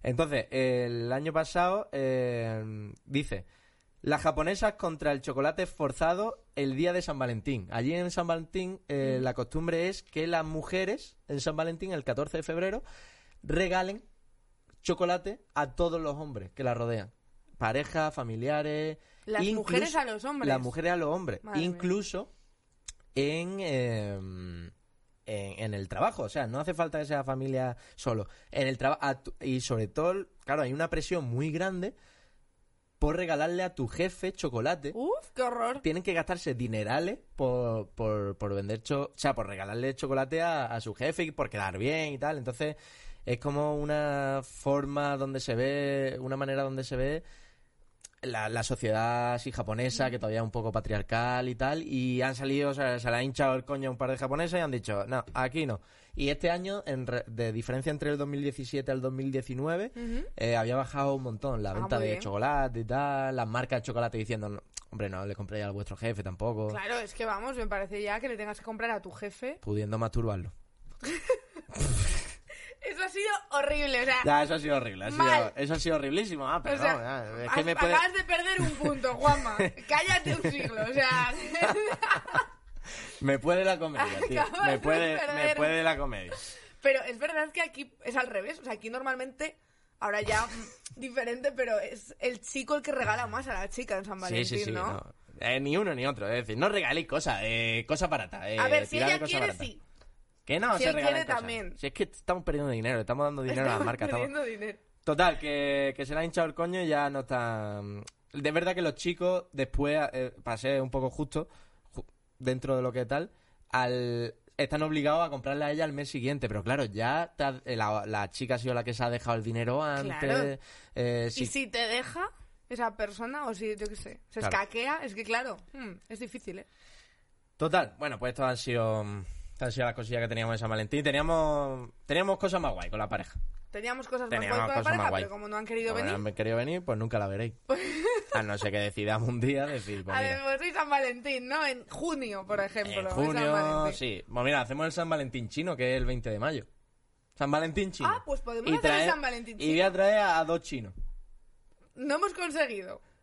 Speaker 1: Entonces, el año pasado eh, dice, las japonesas contra el chocolate forzado el día de San Valentín. Allí en San Valentín eh, la costumbre es que las mujeres en San Valentín, el 14 de febrero, regalen chocolate a todos los hombres que la rodean. Parejas, familiares.
Speaker 2: Las mujeres a los hombres.
Speaker 1: Las mujeres a los hombres.
Speaker 2: Madre mía.
Speaker 1: incluso en, eh, en, en el trabajo. O sea, no hace falta que sea familia solo. En el traba- a tu- Y sobre todo, claro, hay una presión muy grande por regalarle a tu jefe chocolate.
Speaker 2: Uf, qué horror.
Speaker 1: Tienen que gastarse dinerales por, por, por vender cho o sea, por regalarle chocolate a, a su jefe y por quedar bien y tal. Entonces, es como una forma donde se ve, una manera donde se ve la, la sociedad así japonesa, que todavía es un poco patriarcal y tal, y han salido, o sea, se le ha hinchado el coño a un par de japoneses y han dicho, no, aquí no. Y este año, en re- de diferencia entre el 2017 al 2019, eh, había bajado un montón la
Speaker 2: Ah,
Speaker 1: venta
Speaker 2: muy
Speaker 1: de
Speaker 2: bien.
Speaker 1: chocolate y tal, las marcas de chocolate diciendo, "No, hombre, no le compréis a vuestro jefe tampoco,
Speaker 2: Claro, es que vamos, me parece ya que le tengas que comprar a tu jefe.
Speaker 1: pudiendo masturbarlo.
Speaker 2: Eso ha sido horrible, o sea,
Speaker 1: Ya, Ah, eso ha sido horrible, ha sido-
Speaker 2: Mal.
Speaker 1: eso ha sido horriblísimo. Ah,
Speaker 2: o
Speaker 1: perdón,
Speaker 2: sea,
Speaker 1: ah, es
Speaker 2: has-
Speaker 1: que me puede...
Speaker 2: acabas de perder un punto, Juanma. Cállate un siglo, o sea,
Speaker 1: me puede la comedia, tío.
Speaker 2: Acabas
Speaker 1: Me
Speaker 2: de
Speaker 1: puede, me
Speaker 2: perder.
Speaker 1: puede la comedia.
Speaker 2: Pero es verdad que aquí es al revés. O sea, aquí normalmente, ahora ya mm, diferente, pero es el chico el que regala más a la chica en San Valentín,
Speaker 1: sí, sí, sí,
Speaker 2: ¿no?
Speaker 1: Eh, ni uno ni otro. Es decir, no regaléis cosas, eh, cosas baratas. eh,
Speaker 2: A ver, si
Speaker 1: tirad
Speaker 2: ella
Speaker 1: cosas
Speaker 2: quiere,
Speaker 1: baratas.
Speaker 2: sí.
Speaker 1: Que no,
Speaker 2: Si
Speaker 1: se
Speaker 2: él
Speaker 1: regalen
Speaker 2: quiere
Speaker 1: cosas.
Speaker 2: también.
Speaker 1: Si es que estamos perdiendo dinero, estamos dando dinero a
Speaker 2: Estamos
Speaker 1: las marcas. estamos-
Speaker 2: perdiendo dinero.
Speaker 1: Total, que, que se le ha hinchado el coño y ya no están... De verdad que los chicos, después, eh, para ser un poco justo, ju- dentro de lo que tal, al... están obligados a comprarla a ella al mes siguiente. Pero claro, ya te ha- eh, la, la chica ha sido la que se ha dejado el dinero antes.
Speaker 2: Claro.
Speaker 1: eh, sí.
Speaker 2: Y si te deja esa persona, o si, yo qué sé, se
Speaker 1: Claro.
Speaker 2: escaquea, es que claro, mm, es difícil, ¿eh?
Speaker 1: Total, bueno, pues estos han sido... mm, estas Estas han sido las cosillas que teníamos en San Valentín. Teníamos, teníamos cosas más guay con la pareja.
Speaker 2: Teníamos cosas más
Speaker 1: Teníamos
Speaker 2: guay con la
Speaker 1: cosas más
Speaker 2: pareja,
Speaker 1: guay.
Speaker 2: pero como no han querido
Speaker 1: Como no
Speaker 2: venir,
Speaker 1: han querido venir, pues nunca la veréis. A no ser que decidamos un día decir, pues
Speaker 2: a
Speaker 1: mira,
Speaker 2: ver, pues sí, San Valentín, ¿no? En junio, por ejemplo.
Speaker 1: en
Speaker 2: es San
Speaker 1: junio,
Speaker 2: Valentín.
Speaker 1: sí. Pues mira, hacemos el San Valentín chino, que es el 20 de mayo. San Valentín chino.
Speaker 2: Ah, pues podemos hacer el San Valentín
Speaker 1: Y voy a
Speaker 2: chino.
Speaker 1: traer a, a dos chinos.
Speaker 2: No hemos conseguido.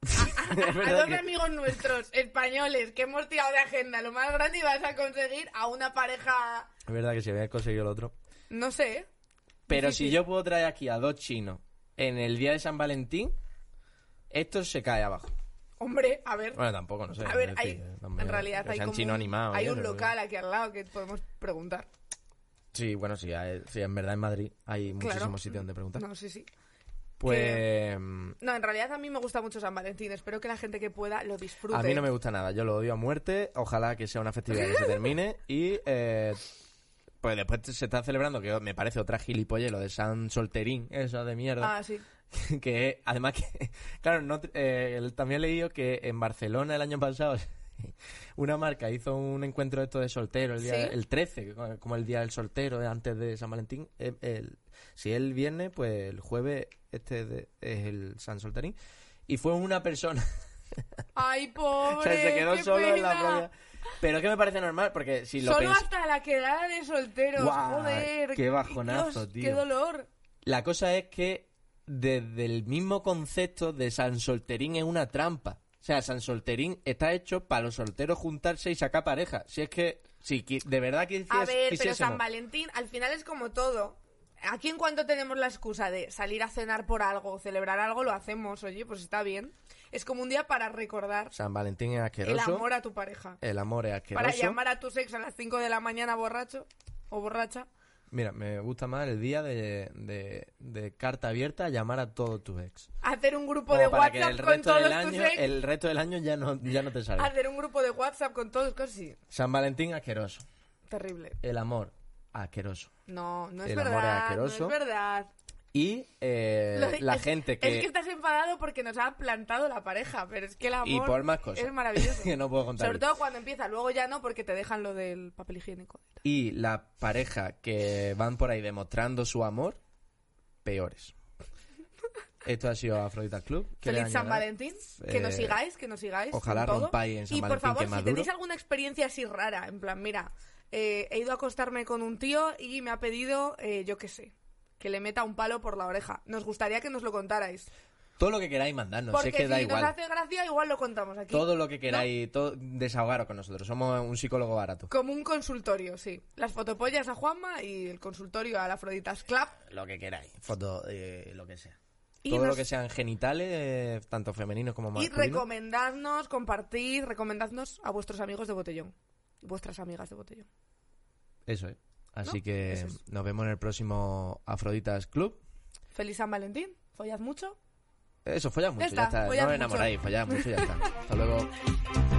Speaker 1: Es
Speaker 2: A
Speaker 1: verdad
Speaker 2: dos
Speaker 1: que-
Speaker 2: amigos nuestros, españoles, que hemos tirado de agenda lo más grande y vas a conseguir a una pareja,
Speaker 1: Es verdad que si habías conseguido el otro.
Speaker 2: no sé,
Speaker 1: Pero
Speaker 2: Difícil.
Speaker 1: si yo puedo traer aquí a dos chinos en el día de San Valentín, esto se cae abajo.
Speaker 2: hombre, a ver.
Speaker 1: Bueno, tampoco, no sé.
Speaker 2: A ver,
Speaker 1: es
Speaker 2: hay,
Speaker 1: decir, también,
Speaker 2: en realidad
Speaker 1: que
Speaker 2: hay
Speaker 1: sean
Speaker 2: como
Speaker 1: chino
Speaker 2: un,
Speaker 1: animado,
Speaker 2: hay
Speaker 1: ¿eh?
Speaker 2: un
Speaker 1: Pero-
Speaker 2: local aquí al lado que podemos preguntar.
Speaker 1: Sí, bueno, sí, hay- sí, en verdad en Madrid hay
Speaker 2: Claro.
Speaker 1: muchísimos sitios donde preguntar.
Speaker 2: No, sí, sí.
Speaker 1: pues mm,
Speaker 2: No, en realidad a mí me gusta mucho San Valentín. Espero que la gente que pueda lo disfrute.
Speaker 1: a mí no me gusta nada, yo lo odio a muerte, ojalá que sea una festividad que se termine y eh, pues después se está celebrando, que me parece otra gilipollez, lo de San Solterín, eso de mierda.
Speaker 2: Ah, sí.
Speaker 1: que además que claro no te- eh, el- también he leído que en Barcelona el año pasado una marca hizo un encuentro esto de soltero el día
Speaker 2: ¿Sí?
Speaker 1: el 13 que co- como el día del soltero eh, antes de San Valentín eh, el- si es el viernes pues el jueves este de- es el San Solterín y fue una persona
Speaker 2: Ay,
Speaker 1: o
Speaker 2: pobre.
Speaker 1: sea, se quedó
Speaker 2: qué
Speaker 1: solo en la
Speaker 2: pena.
Speaker 1: playa pero es que me parece normal porque si lo
Speaker 2: Solo
Speaker 1: pens-
Speaker 2: hasta la quedada de solteros.
Speaker 1: Guau,
Speaker 2: joder.
Speaker 1: qué bajonazo,
Speaker 2: Dios,
Speaker 1: tío.
Speaker 2: Qué dolor.
Speaker 1: la cosa es que desde el mismo concepto de San Solterín es una trampa. O sea, San Solterín está hecho para los solteros juntarse y sacar pareja. Si es que, si qui- de verdad que
Speaker 2: A ver, pero San Valentín al final es como todo. Aquí en cuanto tenemos la excusa de salir a cenar por algo o celebrar algo, lo hacemos. Oye, pues está bien. Es como un día para recordar
Speaker 1: San Valentín es
Speaker 2: el
Speaker 1: asqueroso.
Speaker 2: amor a tu pareja.
Speaker 1: El amor es asqueroso.
Speaker 2: Para llamar a tu sexo a las 5 de la mañana borracho o borracha.
Speaker 1: Mira, me gusta más el día de, de- de carta abierta llamar a todos tus ex.
Speaker 2: Hacer un grupo
Speaker 1: Como
Speaker 2: de
Speaker 1: para que
Speaker 2: WhatsApp
Speaker 1: el
Speaker 2: con
Speaker 1: resto,
Speaker 2: todos
Speaker 1: del
Speaker 2: tus
Speaker 1: año,
Speaker 2: ex. Ah,
Speaker 1: el resto del año ya no, ya no te sale.
Speaker 2: Hacer un grupo de WhatsApp con todos, cosas sí.
Speaker 1: San Valentín asqueroso.
Speaker 2: Terrible.
Speaker 1: El amor asqueroso.
Speaker 2: No, no es
Speaker 1: El amor es
Speaker 2: verdad. No es
Speaker 1: asqueroso.
Speaker 2: verdad.
Speaker 1: Y eh,
Speaker 2: Lo de-
Speaker 1: la
Speaker 2: es-
Speaker 1: gente
Speaker 2: Es que estás enfadado porque nos ha plantado la pareja, pero es que el amor
Speaker 1: Y por más cosas.
Speaker 2: es maravilloso.
Speaker 1: que no puedo contar.
Speaker 2: Sobre
Speaker 1: bien.
Speaker 2: todo cuando empieza, luego ya no, porque te dejan lo del papel higiénico.
Speaker 1: Y las parejas que van por ahí demostrando su amor, peores. Esto ha sido Afrodita Club. ¿Queréis
Speaker 2: Feliz San
Speaker 1: añadir?
Speaker 2: Valentín. Que nos
Speaker 1: Eh,
Speaker 2: sigáis, que nos sigáis.
Speaker 1: ojalá
Speaker 2: en todo.
Speaker 1: rompáis en San
Speaker 2: Y por
Speaker 1: Valentín,
Speaker 2: favor,
Speaker 1: que
Speaker 2: si
Speaker 1: maduro.
Speaker 2: tenéis alguna experiencia así rara, en plan, mira, eh, he ido a acostarme con un tío y me ha pedido, eh, yo qué sé, que le meta un palo por la oreja. Nos gustaría que nos lo contarais.
Speaker 1: Todo lo que queráis mandarnos,
Speaker 2: porque
Speaker 1: es que
Speaker 2: si
Speaker 1: da
Speaker 2: nos
Speaker 1: igual.
Speaker 2: hace gracia, igual lo contamos aquí.
Speaker 1: Todo lo que queráis, todo- desahogaros con nosotros. Somos un psicólogo barato.
Speaker 2: Como un consultorio, sí. Las fotopollas a Juanma y el consultorio a la Afroditas Club.
Speaker 1: Lo que queráis, foto, eh, lo que sea.
Speaker 2: Y,
Speaker 1: todo
Speaker 2: nos-
Speaker 1: lo que sean genitales, eh, tanto femeninos como
Speaker 2: y
Speaker 1: masculinos.
Speaker 2: recomendadnos, compartir, recomendadnos a vuestros amigos de Botellón. Y Vuestras amigas de Botellón.
Speaker 1: Eso es. Así
Speaker 2: ¿No?
Speaker 1: que
Speaker 2: Eso es.
Speaker 1: nos vemos en el próximo Afroditas Club.
Speaker 2: Feliz San Valentín. Follad mucho.
Speaker 1: Eso, follad mucho,
Speaker 2: Ya
Speaker 1: ya
Speaker 2: está,
Speaker 1: está.
Speaker 2: follad
Speaker 1: No os
Speaker 2: mucho.
Speaker 1: enamoráis, follad mucho y ya está. Hasta luego.